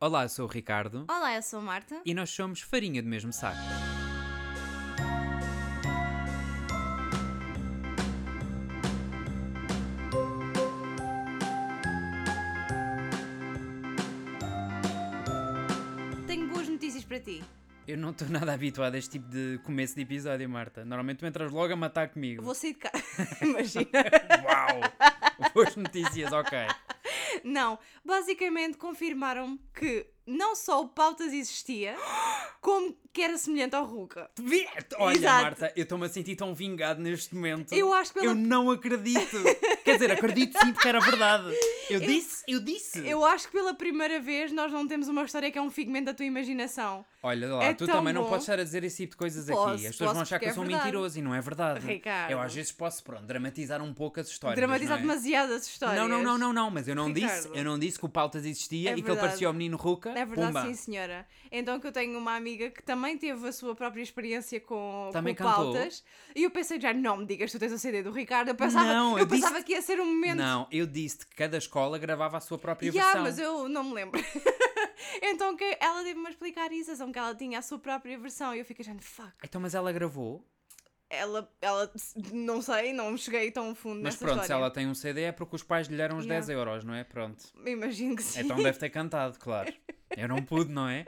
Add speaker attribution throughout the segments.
Speaker 1: Olá, eu sou o Ricardo
Speaker 2: Olá, eu sou a Marta.
Speaker 1: e nós somos Farinha do Mesmo Saco.
Speaker 2: Tenho boas notícias para ti.
Speaker 1: Eu não estou nada habituado a este tipo de começo de episódio, Marta. Normalmente tu entras logo a matar comigo.
Speaker 2: Vou sair de casa. Imagina.
Speaker 1: Uau! Boas notícias, ok.
Speaker 2: Não, basicamente confirmaram que não só o Pautas existia, como que era semelhante ao Ruka.
Speaker 1: Vi- Olha,
Speaker 2: Exato.
Speaker 1: Marta, eu estou-me a sentir tão vingado neste momento.
Speaker 2: Eu acho que pela-
Speaker 1: Eu não acredito. Quer dizer, acredito sim porque era verdade. Eu, disse, eu disse.
Speaker 2: Eu acho que pela primeira vez nós não temos uma história que é um figmento da tua imaginação.
Speaker 1: Olha lá,
Speaker 2: É
Speaker 1: tu
Speaker 2: tão
Speaker 1: também não
Speaker 2: bom.
Speaker 1: podes estar a dizer esse tipo de coisas
Speaker 2: Posso,
Speaker 1: aqui. As pessoas
Speaker 2: posso,
Speaker 1: vão achar que
Speaker 2: porque
Speaker 1: eu sou
Speaker 2: é verdade.
Speaker 1: mentiroso e não é verdade.
Speaker 2: Ricardo.
Speaker 1: Eu às vezes posso, pronto, dramatizar um pouco as histórias.
Speaker 2: Dramatizar
Speaker 1: não é?
Speaker 2: demasiado as histórias.
Speaker 1: Não, não, não, não, não, mas eu não disse,
Speaker 2: Ricardo.
Speaker 1: eu não disse que o Pautas existia
Speaker 2: É
Speaker 1: e que ele
Speaker 2: verdade.
Speaker 1: parecia o menino Ruca.
Speaker 2: É verdade,
Speaker 1: Pumba.
Speaker 2: sim, senhora. Então que eu tenho uma amiga que também teve a sua própria experiência com,
Speaker 1: Também
Speaker 2: com
Speaker 1: cantou?
Speaker 2: pautas. E eu pensei já, não me digas, tu tens o CD do Ricardo. Eu pensava,
Speaker 1: Não,
Speaker 2: eu
Speaker 1: eu disse-
Speaker 2: pensava que ia ser um momento.
Speaker 1: Não, eu disse que cada escola gravava a sua própria
Speaker 2: Yeah,
Speaker 1: versão.
Speaker 2: mas eu não me lembro. então que ela deve-me explicar isso, só que ela tinha a sua própria versão. E eu fiquei já, fuck.
Speaker 1: Então, mas ela gravou.
Speaker 2: Ela, ela, não sei, não cheguei tão fundo
Speaker 1: Mas
Speaker 2: nessa
Speaker 1: pronto, se
Speaker 2: história.
Speaker 1: ela tem um CD é porque os pais lhe deram os
Speaker 2: Yeah.
Speaker 1: 10 euros, não é? Pronto.
Speaker 2: Imagino que sim.
Speaker 1: Então deve ter cantado, claro. Eu não pude, não é?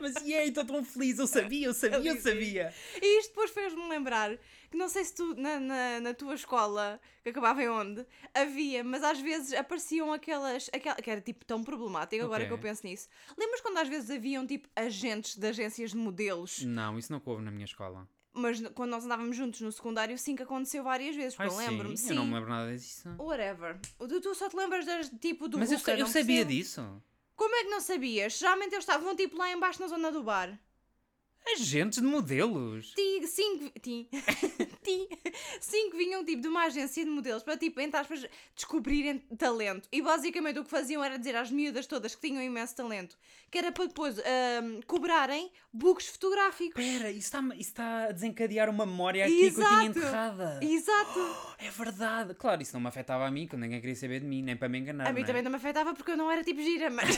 Speaker 1: Mas e aí, estou tão feliz, eu sabia, eu sabia, eu sabia.
Speaker 2: E isto depois fez-me lembrar que não sei se tu, na, na, na tua escola, que acabava em onde, havia, mas às vezes apareciam aquelas, aquela, que era tipo tão problemático agora
Speaker 1: Ok.
Speaker 2: que eu penso nisso. Lembras quando às vezes haviam tipo agentes de agências de modelos,
Speaker 1: Não, isso não coube na minha escola.
Speaker 2: mas n- quando nós andávamos juntos no secundário, sim que aconteceu várias vezes, porque
Speaker 1: Ai,
Speaker 2: eu lembro-me.
Speaker 1: sim, eu não me lembro nada disso.
Speaker 2: Whatever. O tu, tu só te lembras das, tipo do
Speaker 1: Mas eu,
Speaker 2: Ruca,
Speaker 1: sa- eu
Speaker 2: não
Speaker 1: sabia
Speaker 2: percebo?
Speaker 1: disso.
Speaker 2: Como é que não sabias? Geralmente eles estavam tipo lá embaixo na zona do bar.
Speaker 1: Agentes de modelos.
Speaker 2: Ti, cinco, ti, ti, cinco vinham tipo de uma agência de modelos para tipo, entre aspas, descobrirem talento. E basicamente o que faziam era dizer às miúdas todas que tinham imenso talento, que era para depois ahm, cobrarem books fotográficos.
Speaker 1: Espera, isso está a desencadear uma memória aqui
Speaker 2: aqui que eu tinha
Speaker 1: que eu
Speaker 2: Exato.
Speaker 1: tinha enterrada.
Speaker 2: Exato!
Speaker 1: É verdade. Claro, isso não me afetava a mim, que ninguém queria saber de mim, nem para me enganar.
Speaker 2: A mim
Speaker 1: não é?
Speaker 2: também não me afetava porque eu não era tipo gira, mas.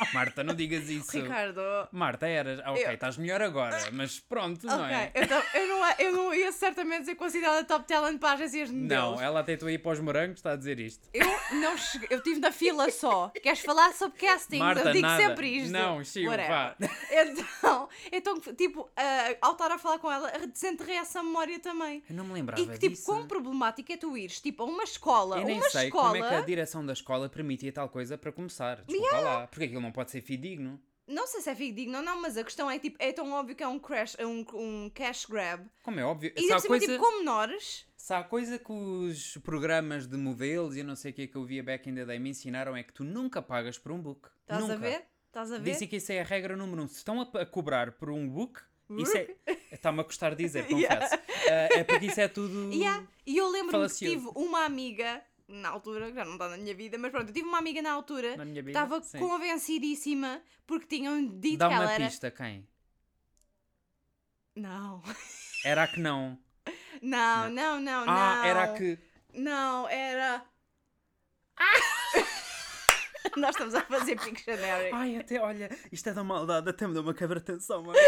Speaker 1: Oh, Marta, não digas isso.
Speaker 2: Ricardo.
Speaker 1: Marta, eras. Ah, ok,
Speaker 2: Eu-
Speaker 1: estás melhor agora, mas pronto, não
Speaker 2: ok,
Speaker 1: é?
Speaker 2: então eu não, eu não ia certamente ser considerada top talent para agências de modelos.
Speaker 1: Não, ela até tu ir para os morangos, está a dizer isto.
Speaker 2: Eu não cheguei, eu estive na fila só. Queres falar sobre castings?
Speaker 1: Marta,
Speaker 2: eu digo
Speaker 1: nada.
Speaker 2: sempre isto.
Speaker 1: Não, Chico,
Speaker 2: Whatever.
Speaker 1: vá.
Speaker 2: Então, então, tipo, ah, ao estar a falar com ela, desenterrei essa memória também.
Speaker 1: Eu não me lembrava
Speaker 2: E que, tipo,
Speaker 1: disso.
Speaker 2: quão problemático é tu ires, tipo, a uma escola,
Speaker 1: Eu nem
Speaker 2: uma
Speaker 1: sei
Speaker 2: escola...
Speaker 1: como é que a direção da escola permitia tal coisa para começar. Desculpa lá. Porque aquilo não pode ser fidedigno.
Speaker 2: Não sei se é digno ou não, mas a questão é, tipo, é tão óbvio que é um, crash, é um, um cash grab.
Speaker 1: Como é óbvio.
Speaker 2: E,
Speaker 1: se,
Speaker 2: ainda
Speaker 1: há
Speaker 2: por cima,
Speaker 1: coisa,
Speaker 2: tipo, com menores...
Speaker 1: se há coisa que os programas de modelos e não sei o que é que eu via back in the day me ensinaram é que tu nunca pagas por um book.
Speaker 2: Estás
Speaker 1: nunca.
Speaker 2: a ver? Estás a ver?
Speaker 1: Dizem que isso é a regra número um. Se estão a, a cobrar por um book, isso é. Está-me a custar dizer, confesso.
Speaker 2: Yeah.
Speaker 1: Ah, é porque isso é tudo.
Speaker 2: Uhum. Yeah. E eu lembro-me que
Speaker 1: Falacioso.
Speaker 2: tive uma amiga, na altura, que já não está na minha vida, mas pronto, eu tive uma amiga na altura
Speaker 1: Na minha
Speaker 2: que
Speaker 1: vida.
Speaker 2: estava
Speaker 1: sim.
Speaker 2: convencidíssima porque tinham dito
Speaker 1: Dá
Speaker 2: que ela
Speaker 1: uma
Speaker 2: era.
Speaker 1: pista, quem?
Speaker 2: Não.
Speaker 1: Era a que não.
Speaker 2: Não, não, não,
Speaker 1: ah,
Speaker 2: Oh, não.
Speaker 1: era a que.
Speaker 2: Não, era. Ah! Nós estamos a fazer pico genérico.
Speaker 1: Ai, até olha, isto é da maldade, até me deu uma quebra-tensão, mano.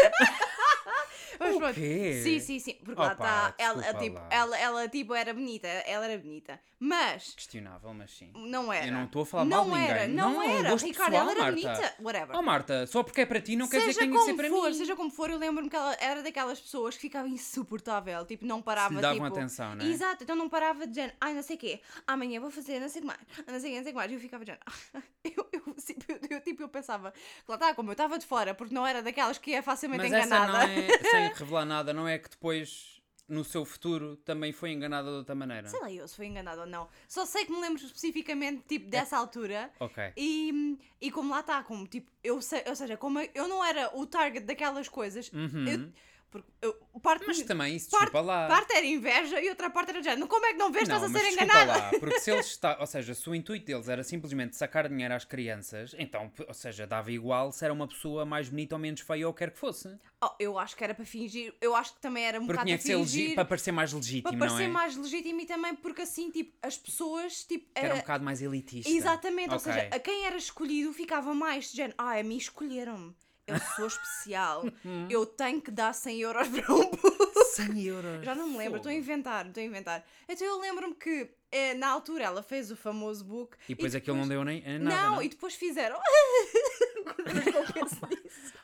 Speaker 2: Mas
Speaker 1: o
Speaker 2: pronto.
Speaker 1: quê?
Speaker 2: Sim, sim, sim. Porque lá
Speaker 1: Opa,
Speaker 2: está. Ela,
Speaker 1: desculpa
Speaker 2: tipo,
Speaker 1: lá.
Speaker 2: ela, ela tipo, era bonita. Ela era bonita. Mas.
Speaker 1: Questionável, mas sim.
Speaker 2: Não era.
Speaker 1: Eu não estou a falar mal de
Speaker 2: Não era,
Speaker 1: ninguém.
Speaker 2: Não,
Speaker 1: Não, é um
Speaker 2: era,
Speaker 1: gosto
Speaker 2: Ricardo,
Speaker 1: pessoal,
Speaker 2: ela era
Speaker 1: Marta.
Speaker 2: bonita. Whatever.
Speaker 1: Oh, Marta, só porque é para ti não quer dizer que
Speaker 2: seja
Speaker 1: tem que
Speaker 2: como
Speaker 1: ser para
Speaker 2: for,
Speaker 1: mim.
Speaker 2: seja como for, eu lembro-me que ela era daquelas pessoas que ficava insuportável, tipo, não
Speaker 1: Se
Speaker 2: parava,
Speaker 1: lhe davam
Speaker 2: tipo...
Speaker 1: atenção, não é?
Speaker 2: Exato, então não parava de género, ai, não sei o quê, amanhã vou fazer não sei o que mais, não sei o quê, não sei o que mais, e eu ficava de género, eu, eu, tipo, eu, eu, tipo, eu pensava, que lá está, como eu estava de fora, porque não era daquelas que é facilmente
Speaker 1: Mas essa
Speaker 2: enganada.
Speaker 1: não é, sem revelar nada, não é que depois, no seu futuro, também foi enganada de outra maneira.
Speaker 2: Sei lá eu se fui enganada ou não, só sei que me lembro especificamente, tipo, dessa altura...
Speaker 1: Ok.
Speaker 2: E, e tá, como lá está, como tipo, eu sei, ou seja, como eu não era o target daquelas coisas,
Speaker 1: Uhum.
Speaker 2: eu- Porque eu, parte,
Speaker 1: Mas tá. também isso,
Speaker 2: parte,
Speaker 1: desculpa lá.
Speaker 2: parte era inveja e outra parte era já. Como é que não vês?
Speaker 1: não,
Speaker 2: Estás a
Speaker 1: mas
Speaker 2: ser
Speaker 1: desculpa
Speaker 2: enganada.
Speaker 1: lá, porque se eles está, ou seja, se o intuito deles era simplesmente sacar dinheiro às crianças, então, ou seja, dava igual se era uma pessoa mais bonita ou menos feia ou quer que fosse.
Speaker 2: Oh, eu acho que era para fingir. Eu acho que também era um
Speaker 1: Porque
Speaker 2: bocado
Speaker 1: tinha
Speaker 2: para
Speaker 1: que ser legi-
Speaker 2: fingir.
Speaker 1: para parecer mais
Speaker 2: para
Speaker 1: legítimo, não
Speaker 2: parecer
Speaker 1: é?
Speaker 2: mais legítimo e também porque assim, tipo, as pessoas, tipo.
Speaker 1: Que Era um
Speaker 2: eh,
Speaker 1: bocado mais elitista.
Speaker 2: Exatamente, ou
Speaker 1: Ok.
Speaker 2: seja, a quem era escolhido ficava mais de género, ah, a mim escolheram-me, eu sou especial,
Speaker 1: Uhum.
Speaker 2: eu tenho que dar 100 euros para um puto.
Speaker 1: 100 euros.
Speaker 2: Já não me lembro, estou a
Speaker 1: fogo.
Speaker 2: inventar, estou a inventar. Então eu lembro-me que eh, na altura ela fez o famoso book.
Speaker 1: E depois aquilo não deu nem nem nada. né?
Speaker 2: Não,
Speaker 1: Não,
Speaker 2: e depois fizeram.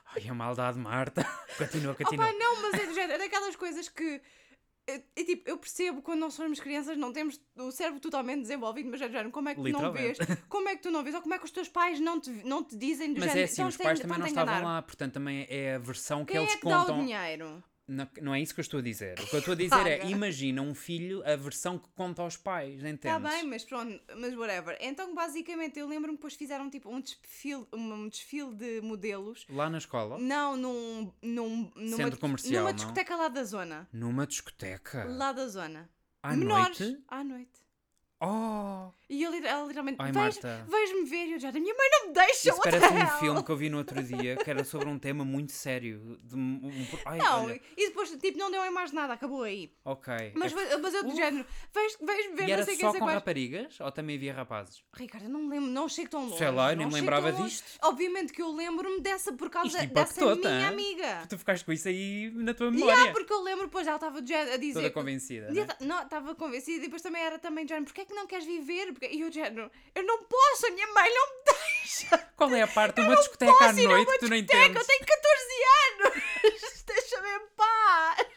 Speaker 1: Ai, é a maldade, Marta. Continua, continua.
Speaker 2: Opa, não, mas é, do género, é daquelas coisas que. É, é tipo, eu percebo quando nós somos crianças, não temos o cérebro totalmente desenvolvido, mas é do género, como é que tu não vês?
Speaker 1: Literalmente.
Speaker 2: Como é que tu não vês? Ou como é que os teus pais não te, não te dizem do
Speaker 1: Mas
Speaker 2: género?
Speaker 1: é assim,
Speaker 2: "Então
Speaker 1: os
Speaker 2: tem-
Speaker 1: pais também não
Speaker 2: vão-te
Speaker 1: estavam
Speaker 2: enganar."
Speaker 1: lá, portanto também é a versão que
Speaker 2: Quem
Speaker 1: eles
Speaker 2: é que dá o
Speaker 1: contam.
Speaker 2: dinheiro?
Speaker 1: Não, não é isso que eu estou a dizer. O que eu estou a dizer
Speaker 2: Paga.
Speaker 1: é, imagina um filho a versão que conta aos pais,
Speaker 2: Está
Speaker 1: entendes?
Speaker 2: Tá bem, mas pronto, mas whatever. Então, basicamente, eu lembro-me que depois fizeram tipo um desfile, um desfile de modelos.
Speaker 1: Lá na escola,
Speaker 2: Não, num, num, numa,
Speaker 1: Centro
Speaker 2: dis-
Speaker 1: comercial,
Speaker 2: numa
Speaker 1: não?
Speaker 2: discoteca lá da zona.
Speaker 1: numa discoteca,
Speaker 2: Lá da zona.
Speaker 1: à
Speaker 2: Menores.
Speaker 1: noite.
Speaker 2: À noite.
Speaker 1: Oh!
Speaker 2: E eu, lit- ela literalmente.
Speaker 1: Ai,
Speaker 2: "Vejo-
Speaker 1: Marta.
Speaker 2: Vejo-me ver e eu já. Minha mãe não me deixa.
Speaker 1: Isso
Speaker 2: what the
Speaker 1: parece um
Speaker 2: hell?"
Speaker 1: filme que eu vi no outro dia que era sobre um tema muito sério. de um- um- ai,
Speaker 2: Não,
Speaker 1: olha,
Speaker 2: e depois, tipo, não deu em mais nada, acabou aí.
Speaker 1: ok.
Speaker 2: Mas,
Speaker 1: É-
Speaker 2: mas eu do
Speaker 1: Uf.
Speaker 2: género, vejo-me vejo, ver,
Speaker 1: e era
Speaker 2: não sei quem
Speaker 1: só
Speaker 2: sei
Speaker 1: com
Speaker 2: quais.
Speaker 1: raparigas ou também havia rapazes?
Speaker 2: Ricardo, eu não me lembro, não chego tão longe.
Speaker 1: Sei lá, eu nem
Speaker 2: não
Speaker 1: me
Speaker 2: chego
Speaker 1: lembrava
Speaker 2: tão longe.
Speaker 1: disto.
Speaker 2: Obviamente que eu lembro-me dessa por causa
Speaker 1: Isto tipo,
Speaker 2: dessa
Speaker 1: impactou-te, hã?
Speaker 2: minha amiga.
Speaker 1: Tu ficaste com isso aí na tua
Speaker 2: E
Speaker 1: memória.
Speaker 2: é porque eu lembro, depois ela estava de género a dizer.
Speaker 1: Toda convencida.
Speaker 2: E
Speaker 1: Né?
Speaker 2: eu ta- Não, estava convencida e depois também era também de género, porquê é que não queres viver? Porque... E eu de género, eu não posso, a minha mãe não me deixa.
Speaker 1: Qual é a parte de uma discoteca
Speaker 2: posso
Speaker 1: à
Speaker 2: ir a uma
Speaker 1: noite que tu não
Speaker 2: É que eu
Speaker 1: entendes?
Speaker 2: tenho 14 anos, deixa-me em paz.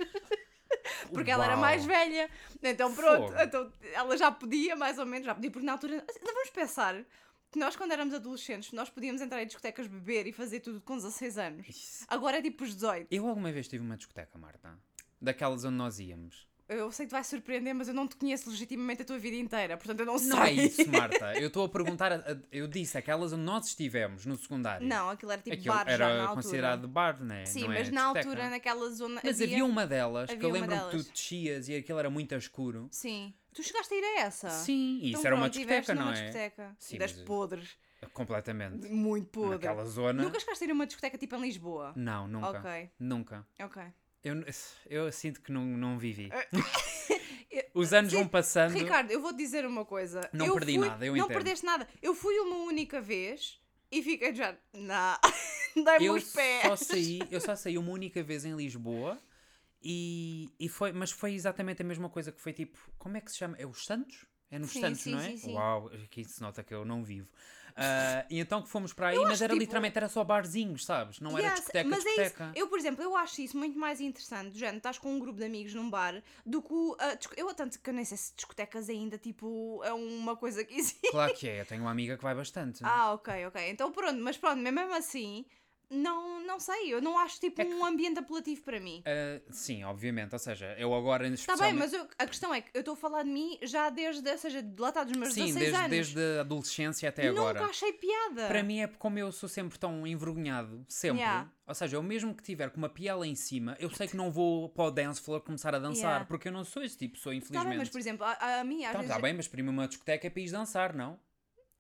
Speaker 2: Porque ela era
Speaker 1: Uau.
Speaker 2: mais velha, então pronto,
Speaker 1: Fogo.
Speaker 2: então ela já podia, mais ou menos, já podia, porque na altura, assim, vamos pensar, que nós quando éramos adolescentes, nós podíamos entrar em discotecas, beber e fazer tudo com 16 anos.
Speaker 1: Isso.
Speaker 2: Agora é tipo os 18.
Speaker 1: Eu alguma vez tive uma discoteca, Marta. Daquelas onde nós íamos.
Speaker 2: Eu sei que te vai surpreender, mas eu não te conheço legitimamente a tua vida inteira, portanto eu não sei.
Speaker 1: Não é isso, Marta. Eu estou a perguntar. a- a- eu disse aquelas onde nós estivemos no secundário.
Speaker 2: Não, aquilo era tipo
Speaker 1: Aquilo
Speaker 2: bar já na
Speaker 1: era
Speaker 2: altura.
Speaker 1: considerado bar, né?
Speaker 2: Sim,
Speaker 1: não é?
Speaker 2: mas na
Speaker 1: discoteca.
Speaker 2: altura, naquela zona.
Speaker 1: Mas havia, um uma delas que
Speaker 2: havia
Speaker 1: eu
Speaker 2: uma
Speaker 1: lembro que
Speaker 2: delas.
Speaker 1: tu descias e aquilo era muito escuro.
Speaker 2: Sim. Tu chegaste a ir a essa?
Speaker 1: Sim, e isso
Speaker 2: Então
Speaker 1: era uma
Speaker 2: pronto, estiveste
Speaker 1: discoteca, não
Speaker 2: numa
Speaker 1: é?
Speaker 2: discoteca.
Speaker 1: Sim,
Speaker 2: das
Speaker 1: mas-
Speaker 2: podres.
Speaker 1: Completamente.
Speaker 2: Muito podre.
Speaker 1: Naquela zona.
Speaker 2: Nunca chegaste a ir a uma discoteca tipo em Lisboa?
Speaker 1: Não, nunca.
Speaker 2: Ok,
Speaker 1: Nunca.
Speaker 2: ok.
Speaker 1: Eu, eu sinto que não, não vivi. Os anos vão passando.
Speaker 2: É. Ricardo, eu vou te dizer uma coisa.
Speaker 1: Não
Speaker 2: eu
Speaker 1: perdi
Speaker 2: fui-
Speaker 1: nada, eu
Speaker 2: Não
Speaker 1: entendo.
Speaker 2: perdeste nada. Eu fui uma única vez e fiquei já. Não, dai-me
Speaker 1: eu
Speaker 2: os pés.
Speaker 1: só saí, eu só saí uma única vez em Lisboa e, e foi, mas foi exatamente a mesma coisa que foi tipo, como é que se chama? É os Santos? É nos
Speaker 2: Sim,
Speaker 1: Santos,
Speaker 2: sim,
Speaker 1: não é?
Speaker 2: sim, sim.
Speaker 1: Uau, aqui se nota que eu não vivo. Ah, e então que fomos para aí, mas
Speaker 2: acho
Speaker 1: era
Speaker 2: que, tipo,
Speaker 1: literalmente era só barzinhos, sabes? Não era
Speaker 2: Yes,
Speaker 1: discoteca,
Speaker 2: mas
Speaker 1: discoteca.
Speaker 2: é isso. Eu, por exemplo, eu acho isso muito mais interessante, do género, estás com um grupo de amigos num bar, do que o, a disco- eu tanto que eu nem sei se discotecas ainda, tipo, é uma coisa que existe.
Speaker 1: Claro que é, eu tenho uma amiga que vai bastante.
Speaker 2: Ah, ok, ok. Então pronto, mas pronto, mas mesmo assim, não, não sei, eu não acho
Speaker 1: É
Speaker 2: tipo um ambiente apelativo para mim.
Speaker 1: Ah, sim, obviamente, ou seja, eu agora em
Speaker 2: Está Tá bem, mas eu- a questão é que eu estou a falar de mim já desde, ou seja, de lá está dos meus
Speaker 1: Sim,
Speaker 2: 16
Speaker 1: desde,
Speaker 2: anos.
Speaker 1: desde a adolescência até
Speaker 2: Nunca
Speaker 1: agora.
Speaker 2: achei piada.
Speaker 1: Para mim é como eu sou sempre tão envergonhado, sempre.
Speaker 2: Yeah.
Speaker 1: Ou seja, eu mesmo que tiver com uma piela em cima, eu sei que não vou para o dance floor começar a dançar,
Speaker 2: Yeah.
Speaker 1: porque eu não sou esse tipo, de pessoa
Speaker 2: Está Tá bem, mas
Speaker 1: infelizmente.
Speaker 2: por exemplo, a, a mim às
Speaker 1: Tá,
Speaker 2: vezes.
Speaker 1: tá bem, mas para mim uma discoteca é para ir dançar, não?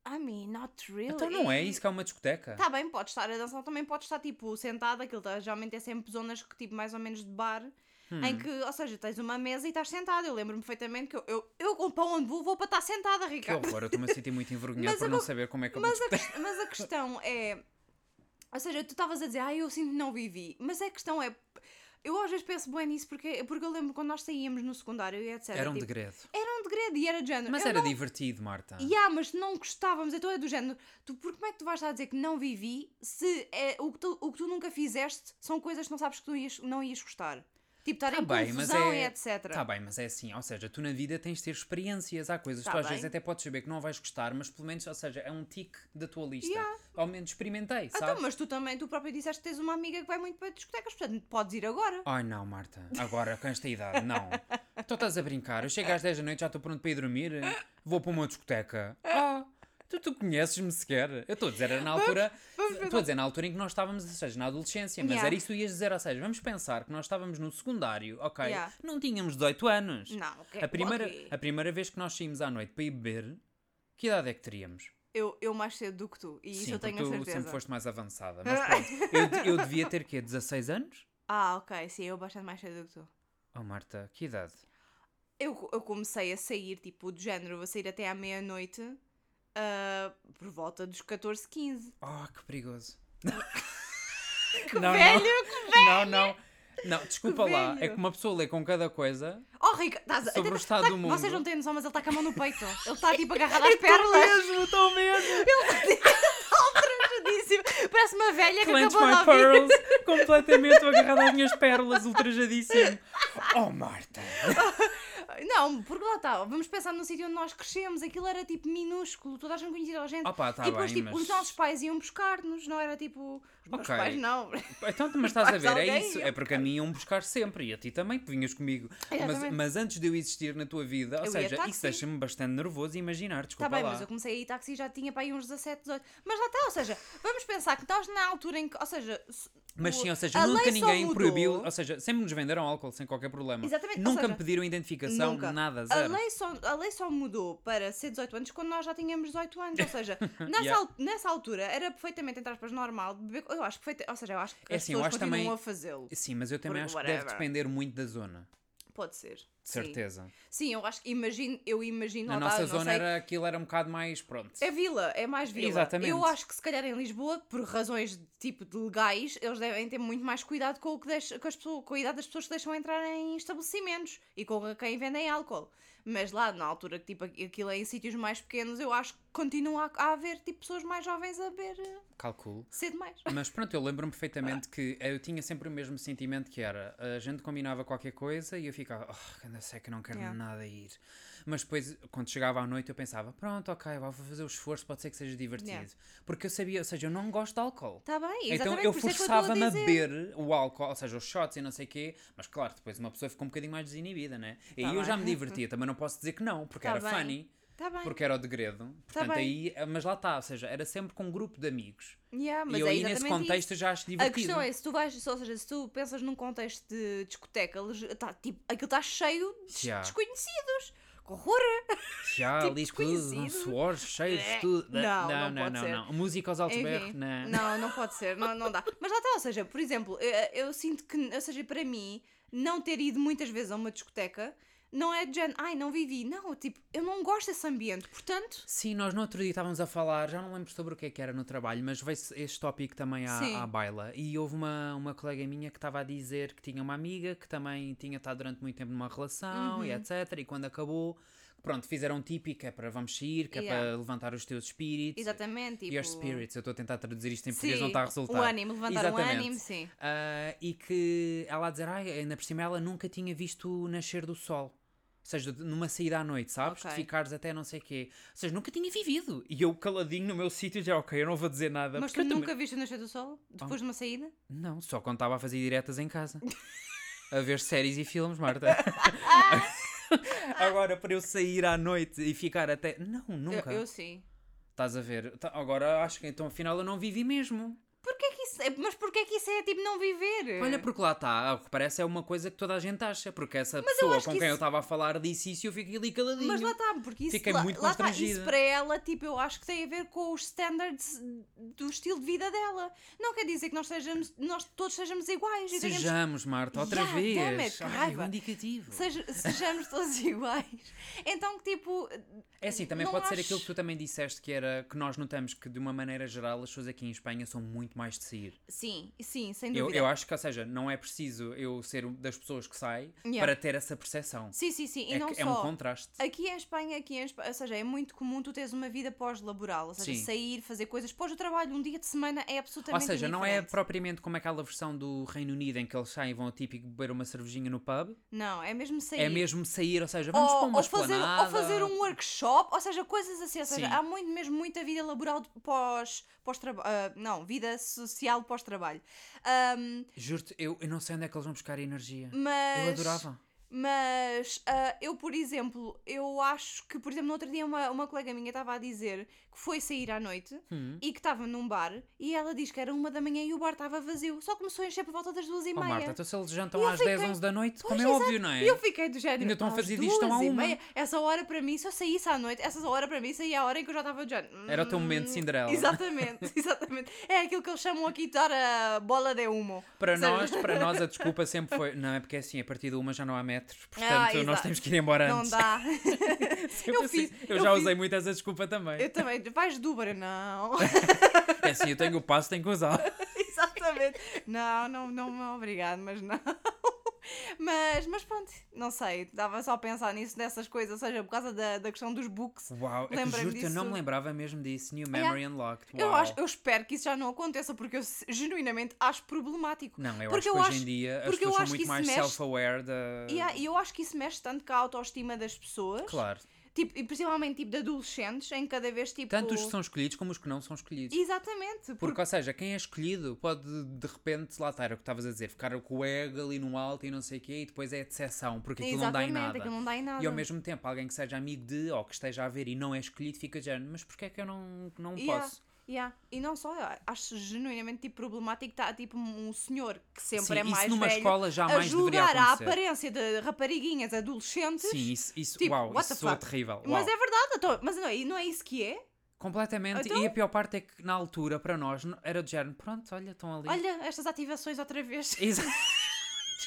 Speaker 2: I mean, not really.
Speaker 1: Então não é isso que é uma discoteca.
Speaker 2: Está Tá bem, pode estar a dançar, também pode estar tipo sentada, aquilo tá- geralmente é sempre zonas que tipo mais ou menos de bar,
Speaker 1: Hum.
Speaker 2: em que, ou seja, tens uma mesa e estás sentada. Eu lembro-me perfeitamente que eu, eu, eu para onde vou, vou para estar sentada,
Speaker 1: Que
Speaker 2: Ricardo.
Speaker 1: horror, eu estou-me a sentir muito envergonhado
Speaker 2: Mas
Speaker 1: por
Speaker 2: eu
Speaker 1: não
Speaker 2: co-
Speaker 1: saber como é que eu
Speaker 2: Mas a, ques- mas a questão é. Ou seja, tu estavas a dizer, ah, eu sinto que não vivi. Mas a questão é. Eu às vezes penso bem nisso porque, porque eu lembro quando nós saíamos no secundário e etc.
Speaker 1: Era um
Speaker 2: tipo,
Speaker 1: degredo.
Speaker 2: era um degredo e era de género.
Speaker 1: Mas
Speaker 2: eu
Speaker 1: era
Speaker 2: não...
Speaker 1: divertido, Marta.
Speaker 2: Yeah, mas não gostávamos, então é do género. Tu, por como é que tu vais estar a dizer que não vivi se é, o, que tu, o que tu nunca fizeste são coisas que não sabes que tu ias, não ias gostar? Tipo, estar
Speaker 1: Tá
Speaker 2: em
Speaker 1: bem, mas
Speaker 2: confusão
Speaker 1: é-
Speaker 2: e etc.
Speaker 1: Tá bem, mas é assim, ou seja, tu na vida tens de ter experiências, há coisas que
Speaker 2: Tá
Speaker 1: tu às
Speaker 2: bem.
Speaker 1: vezes até podes saber que não vais gostar, mas pelo menos, ou seja, é um tique da tua lista.
Speaker 2: Yeah.
Speaker 1: Ao menos experimentei,
Speaker 2: Ah,
Speaker 1: sabes?
Speaker 2: então, mas tu também, tu próprio disseste que tens uma amiga que vai muito para discotecas, portanto, podes ir agora.
Speaker 1: Ai não, Marta, agora com esta idade, não. Tu estás a brincar, eu chego às 10 da noite, já estou pronto para ir dormir, vou para uma discoteca. Ah, Tu, tu conheces-me sequer. Eu estou a dizer, era na altura.
Speaker 2: vamos
Speaker 1: Estou a dizer, na altura em que nós estávamos, ou seja, na adolescência, mas
Speaker 2: Yeah.
Speaker 1: era isso que tu ias dizer, ou seja, vamos pensar que nós estávamos no secundário, ok?
Speaker 2: Yeah.
Speaker 1: Não tínhamos 18 anos.
Speaker 2: Não, ok.
Speaker 1: A primeira,
Speaker 2: ok.
Speaker 1: a primeira vez que nós saímos à noite para ir beber, que idade é que teríamos?
Speaker 2: Eu, eu mais cedo do que tu, e isso eu
Speaker 1: porque
Speaker 2: tenho a
Speaker 1: tu
Speaker 2: certeza.
Speaker 1: sempre foste mais avançada. Mas pronto, eu, eu devia ter quê? 16 anos?
Speaker 2: Ah, ok, sim, eu bastante mais cedo do que tu.
Speaker 1: Oh Marta, que idade?
Speaker 2: Eu, eu comecei a sair, tipo, do género, vou sair até à meia-noite, ah, por volta dos 14, 15.
Speaker 1: Oh, que perigoso.
Speaker 2: Que velho!
Speaker 1: Não, não. Não, desculpa
Speaker 2: Que
Speaker 1: lá, é
Speaker 2: velho.
Speaker 1: que uma pessoa lê com cada coisa.
Speaker 2: Oh, Rico, estás a-
Speaker 1: Sobre o
Speaker 2: tá-
Speaker 1: estado
Speaker 2: tá-
Speaker 1: do mundo. É
Speaker 2: Vocês não têm noção, mas ele está com a mão no peito. Ele está tipo agarrado às pernas.
Speaker 1: mesmo, estou mesmo!
Speaker 2: Ele está ultrajadíssimo. Parece uma velha que
Speaker 1: Clench
Speaker 2: acabou de
Speaker 1: my
Speaker 2: ouvir.
Speaker 1: pearls, completamente agarrado às minhas pérolas, ultrajadíssimo. Oh Marta!
Speaker 2: Não, porque lá está, vamos pensar num sítio onde nós crescemos, aquilo era tipo minúsculo, toda a gente conhecia a gente.
Speaker 1: Opa, tá
Speaker 2: e depois,
Speaker 1: bem,
Speaker 2: tipo,
Speaker 1: mas...
Speaker 2: os nossos pais iam buscar-nos, não era tipo. Os meus
Speaker 1: Ok.
Speaker 2: pais não.
Speaker 1: Então, mas estás a
Speaker 2: Mas
Speaker 1: ver, é
Speaker 2: alguém um
Speaker 1: isso.
Speaker 2: ia
Speaker 1: É porque a mim iam buscar sempre e a ti também, que vinhas comigo. Mas,
Speaker 2: Exatamente.
Speaker 1: mas antes de eu existir na tua vida, ou
Speaker 2: Eu ia
Speaker 1: seja,
Speaker 2: táxi.
Speaker 1: isso deixa-me bastante nervoso imaginar, desculpa
Speaker 2: Está Tá bem,
Speaker 1: lá.
Speaker 2: mas eu comecei a ir táxi e já tinha para aí uns 17, 18. Mas lá está, ou seja, vamos pensar que nós na altura em que. Ou seja, se-
Speaker 1: Mas
Speaker 2: o-
Speaker 1: sim, ou seja,
Speaker 2: a
Speaker 1: nunca
Speaker 2: lei só
Speaker 1: ninguém
Speaker 2: mudou-
Speaker 1: proibiu, ou seja, sempre nos venderam álcool sem qualquer problema.
Speaker 2: Exatamente, ou
Speaker 1: Nunca me
Speaker 2: seja,
Speaker 1: pediram identificação,
Speaker 2: nunca.
Speaker 1: nada,
Speaker 2: A
Speaker 1: zero.
Speaker 2: lei, só, a lei só mudou para ser 18 anos quando nós já tínhamos 18 anos. Ou seja, nessa,
Speaker 1: Yeah.
Speaker 2: al- nessa altura era perfeitamente, entre aspas, normal de beber. Eu acho, perfeita, ou seja, eu acho que
Speaker 1: É
Speaker 2: as
Speaker 1: assim, eu
Speaker 2: pessoas
Speaker 1: acho
Speaker 2: continuam
Speaker 1: também-
Speaker 2: a fazê-lo.
Speaker 1: Sim, mas eu também
Speaker 2: Por-
Speaker 1: acho que deve
Speaker 2: whatever.
Speaker 1: depender muito da zona,
Speaker 2: Pode ser.
Speaker 1: de
Speaker 2: Sim.
Speaker 1: certeza.
Speaker 2: Sim, eu acho que imagino, eu imagino
Speaker 1: Na
Speaker 2: lá está,
Speaker 1: nossa
Speaker 2: eu não
Speaker 1: zona
Speaker 2: sei.
Speaker 1: era, aquilo era um bocado mais, pronto.
Speaker 2: É vila, é mais vila.
Speaker 1: Exatamente.
Speaker 2: Eu acho que se calhar em Lisboa, por razões de tipo de legais, eles devem ter muito mais cuidado com o que deixa, com, as pessoas, com a idade das pessoas que deixam entrar em estabelecimentos e com a quem vendem álcool. Mas lá, na altura que tipo aquilo é em sítios mais pequenos, eu acho que continua a, a haver tipo pessoas mais jovens a beber eh,
Speaker 1: Calculo.
Speaker 2: cedo mais.
Speaker 1: Mas pronto, eu lembro-me perfeitamente que eu tinha sempre o mesmo sentimento que era, a gente combinava qualquer coisa e eu ficava, oh, ainda sei que não quero
Speaker 2: Yeah.
Speaker 1: nada ir. Mas depois, quando chegava à noite, eu pensava, pronto, ok, vá, vou fazer o esforço, pode ser que seja divertido.
Speaker 2: Yeah.
Speaker 1: Porque eu sabia, ou seja, eu não gosto de álcool.
Speaker 2: Está Tá bem,
Speaker 1: Então
Speaker 2: exatamente.
Speaker 1: eu
Speaker 2: por isso é que estou a
Speaker 1: forçava-me a
Speaker 2: dizer.
Speaker 1: beber o álcool, ou seja, os shots e não sei o quê, mas claro, depois uma pessoa fica um bocadinho mais desinibida, né? E
Speaker 2: Tá
Speaker 1: aí eu já me
Speaker 2: bem.
Speaker 1: divertia, também não posso dizer que não, porque
Speaker 2: Tá
Speaker 1: era
Speaker 2: bem.
Speaker 1: funny,
Speaker 2: Está bem.
Speaker 1: porque era o degredo.
Speaker 2: Tá
Speaker 1: Portanto, aí, mas lá está, ou seja, era sempre com um grupo de amigos.
Speaker 2: Yeah, mas
Speaker 1: e eu
Speaker 2: é
Speaker 1: aí nesse
Speaker 2: exatamente isso.
Speaker 1: contexto eu já acho
Speaker 2: A
Speaker 1: divertido.
Speaker 2: questão é, se tu vais, ou seja, se tu pensas num contexto de discoteca, lege- tá, tipo, aquilo está cheio de des-
Speaker 1: Yeah.
Speaker 2: desconhecidos. Que horror!
Speaker 1: Já
Speaker 2: tipo
Speaker 1: ali tudo, um
Speaker 2: desconhecido.
Speaker 1: suor, cheiros, tudo.
Speaker 2: Não,
Speaker 1: não,
Speaker 2: não
Speaker 1: não,
Speaker 2: pode
Speaker 1: não,
Speaker 2: ser.
Speaker 1: não. Música aos altos berros, né?
Speaker 2: Enfim,
Speaker 1: não.
Speaker 2: não, não pode ser, não, não dá. Mas lá está, ou seja, por exemplo, eu, eu sinto que, ou seja, para mim, não ter ido muitas vezes a uma discoteca não é de género, ai, não vivi. Não, tipo, eu não gosto desse ambiente, portanto,
Speaker 1: Sim, nós no outro dia estávamos a falar, já não lembro sobre o que é que era no trabalho, mas veio-se este tópico também
Speaker 2: Sim.
Speaker 1: à, à baila. E houve uma, uma colega minha que estava a dizer que tinha uma amiga que também tinha estado durante muito tempo numa relação
Speaker 2: Uhum.
Speaker 1: e etc. E quando acabou, pronto, fizeram típico, que é para vamos sair, que é
Speaker 2: Yeah.
Speaker 1: para levantar os teus espíritos.
Speaker 2: exatamente, tipo...
Speaker 1: Your spirits, eu estou a tentar traduzir isto em português,
Speaker 2: sim, um
Speaker 1: não está a resultar.
Speaker 2: O ânimo, levantar
Speaker 1: Exatamente.
Speaker 2: o ânimo, sim.
Speaker 1: Ah, e que ela a dizer, ai, ainda por cima ela nunca tinha visto o nascer do sol. Ou seja, de- numa saída à noite, sabes?
Speaker 2: Ok.
Speaker 1: De ficares até não sei quê. Ou seja, nunca tinha vivido. E eu caladinho no meu sítio já, ok, eu não vou dizer nada.
Speaker 2: Mas tu
Speaker 1: porque eu
Speaker 2: nunca
Speaker 1: também-
Speaker 2: viste o nascer do sol? Depois de uma saída?
Speaker 1: Não, só quando estava a fazer diretas em casa. a ver séries e filmes, Marta. Agora, para eu sair à noite e ficar até... Não,
Speaker 2: Eu,
Speaker 1: nunca.
Speaker 2: eu sim.
Speaker 1: Estás a ver? Tá- Agora acho que então afinal eu não vivi mesmo.
Speaker 2: Porquê que isso é- mas porquê que isso é tipo não viver?
Speaker 1: Olha, porque lá está, ao que parece é uma coisa que toda a gente acha, porque essa
Speaker 2: eu
Speaker 1: pessoa
Speaker 2: acho
Speaker 1: com
Speaker 2: que
Speaker 1: quem eu
Speaker 2: isso-
Speaker 1: estava a falar disse isso e eu fiquei ali caladinho.
Speaker 2: mas lá está, porque isso,
Speaker 1: Fiquei
Speaker 2: lá,
Speaker 1: muito
Speaker 2: lá está,
Speaker 1: constrangida.
Speaker 2: isso para ela, tipo, eu acho que tem a ver com os standards do estilo de vida dela. Não quer dizer que nós, sejamos, nós todos sejamos iguais. e tenhamos-
Speaker 1: Sejamos, Marta, outra
Speaker 2: Yeah,
Speaker 1: vez.
Speaker 2: damn it, que
Speaker 1: Ai,
Speaker 2: raiva.
Speaker 1: um indicativo.
Speaker 2: seja- sejamos todos iguais. Então, que tipo,
Speaker 1: É assim, também
Speaker 2: não
Speaker 1: pode ser
Speaker 2: acho-
Speaker 1: aquilo que tu também disseste, que era que nós notamos que, de uma maneira geral, as pessoas aqui em Espanha são muito mais de sair.
Speaker 2: sim, sim, sem
Speaker 1: Eu,
Speaker 2: dúvida.
Speaker 1: eu acho que, ou seja, não é preciso eu ser um- das pessoas que sai
Speaker 2: Yeah.
Speaker 1: para ter essa percepção.
Speaker 2: Sim, sim, sim. E
Speaker 1: É,
Speaker 2: não
Speaker 1: que-
Speaker 2: só.
Speaker 1: é um contraste.
Speaker 2: Aqui em Espanha, aqui em Espanha, ou seja, é muito comum tu teres uma vida pós-laboral, ou seja,
Speaker 1: Sim.
Speaker 2: sair, fazer coisas pós o trabalho, um dia de semana é
Speaker 1: Ou
Speaker 2: absolutamente
Speaker 1: seja, não é
Speaker 2: indiferente.
Speaker 1: propriamente como aquela versão do Reino Unido em que eles saem e vão ao típico beber uma cervejinha no pub.
Speaker 2: Não, é mesmo sair.
Speaker 1: É mesmo sair, ou seja, vamos para uma
Speaker 2: ou fazer,
Speaker 1: esplanada.
Speaker 2: ou fazer um workshop, ou seja, coisas assim. Ou seja,
Speaker 1: Sim.
Speaker 2: há muito, mesmo muita vida laboral de pós, pós ah, não, vida social pós-trabalho. Ahm,
Speaker 1: Juro-te, eu, eu não sei onde é que eles vão buscar a energia.
Speaker 2: mas.
Speaker 1: Eu adorava.
Speaker 2: Mas ah, eu, por exemplo, eu acho que, por exemplo, no outro dia uma, uma colega minha estava a dizer que foi sair à noite
Speaker 1: Hum.
Speaker 2: e que estava num bar e ela diz que era uma da manhã e o bar estava vazio. Só começou a encher por volta das duas e
Speaker 1: Oh,
Speaker 2: meia.
Speaker 1: Marta, então se eles jantam
Speaker 2: E eu
Speaker 1: às 10,
Speaker 2: fiquei-
Speaker 1: 11 da noite,
Speaker 2: Pois,
Speaker 1: como é
Speaker 2: exato.
Speaker 1: óbvio, não é?
Speaker 2: E eu fiquei do género.
Speaker 1: Ainda estão a
Speaker 2: "Às
Speaker 1: fazer disto à
Speaker 2: duas e
Speaker 1: uma."
Speaker 2: meia, Essa hora para mim, se eu saísse à noite, essa hora para mim saía a hora em que eu já estava do género.
Speaker 1: Era o teu
Speaker 2: "Hum,
Speaker 1: momento Cinderela."
Speaker 2: Exatamente, exatamente. É aquilo que eles chamam aqui de dar a bola de humo.
Speaker 1: Para
Speaker 2: Sabe?
Speaker 1: nós, para nós a desculpa sempre foi, não é porque assim, a partir de uma já não há metros, portanto nós
Speaker 2: Ah, exato.
Speaker 1: temos que ir embora
Speaker 2: Não
Speaker 1: antes.
Speaker 2: dá.
Speaker 1: Eu,
Speaker 2: Eu
Speaker 1: assim-
Speaker 2: fiz-
Speaker 1: eu
Speaker 2: eu
Speaker 1: já
Speaker 2: fiz-
Speaker 1: usei muito essa desculpa também.
Speaker 2: Eu também. Vais do Uber, não.
Speaker 1: É assim, eu tenho o passo, tenho que usar.
Speaker 2: Exatamente. Não, não, não, não, obrigado, mas não. Mas, mas pronto, não sei, estava só a pensar nisso, nessas coisas, ou seja, por causa da, da questão dos books.
Speaker 1: Uau, é que
Speaker 2: Lembrei-me
Speaker 1: juro que eu não me
Speaker 2: disso.
Speaker 1: lembrava mesmo disso. New
Speaker 2: Yeah.
Speaker 1: Memory Unlocked. Uau.
Speaker 2: Eu, acho, eu espero que isso já não aconteça, porque eu se- genuinamente acho problemático.
Speaker 1: Não, eu acho
Speaker 2: porque eu
Speaker 1: que hoje
Speaker 2: acho-
Speaker 1: em dia as
Speaker 2: porque eu
Speaker 1: pessoas são
Speaker 2: acho que
Speaker 1: muito
Speaker 2: isso
Speaker 1: mais
Speaker 2: mexe-
Speaker 1: self-aware da.
Speaker 2: E, há- e eu acho que isso mexe tanto com a autoestima das pessoas,
Speaker 1: Claro.
Speaker 2: tipo, e principalmente tipo de adolescentes, em que cada vez tipo.
Speaker 1: Tanto os que são escolhidos como os que não são escolhidos.
Speaker 2: Exatamente, porque,
Speaker 1: Porque, ou seja, quem é escolhido pode de repente, lá estar, é o que estavas a dizer, ficar com o ego ali no alto e não sei o quê, e depois é de exceção, porque aquilo não dá em
Speaker 2: exatamente,
Speaker 1: nada.
Speaker 2: aquilo não dá em nada.
Speaker 1: E ao mesmo tempo, alguém que seja amigo de ou que esteja a ver e não é escolhido fica dizendo, mas porquê é que eu não, não
Speaker 2: Yeah,
Speaker 1: posso?
Speaker 2: yeah. E não só, eu acho genuinamente tipo, problemático estar tipo um senhor que sempre
Speaker 1: Sim,
Speaker 2: é
Speaker 1: isso
Speaker 2: mais
Speaker 1: numa
Speaker 2: velho
Speaker 1: escola
Speaker 2: a
Speaker 1: jamais deveria
Speaker 2: julgar a
Speaker 1: acontecer.
Speaker 2: aparência de rapariguinhas adolescentes.
Speaker 1: Sim, isso, isso
Speaker 2: Tipo,
Speaker 1: uau,
Speaker 2: what
Speaker 1: isso
Speaker 2: the
Speaker 1: soa
Speaker 2: fuck?
Speaker 1: terrível. Uau.
Speaker 2: Mas é verdade, então, mas não, e não é isso que é?
Speaker 1: Completamente.
Speaker 2: Então-
Speaker 1: E a pior parte é que na altura, para nós, n- era do género, pronto, olha, estão ali.
Speaker 2: Olha, estas ativações outra vez.
Speaker 1: Exato.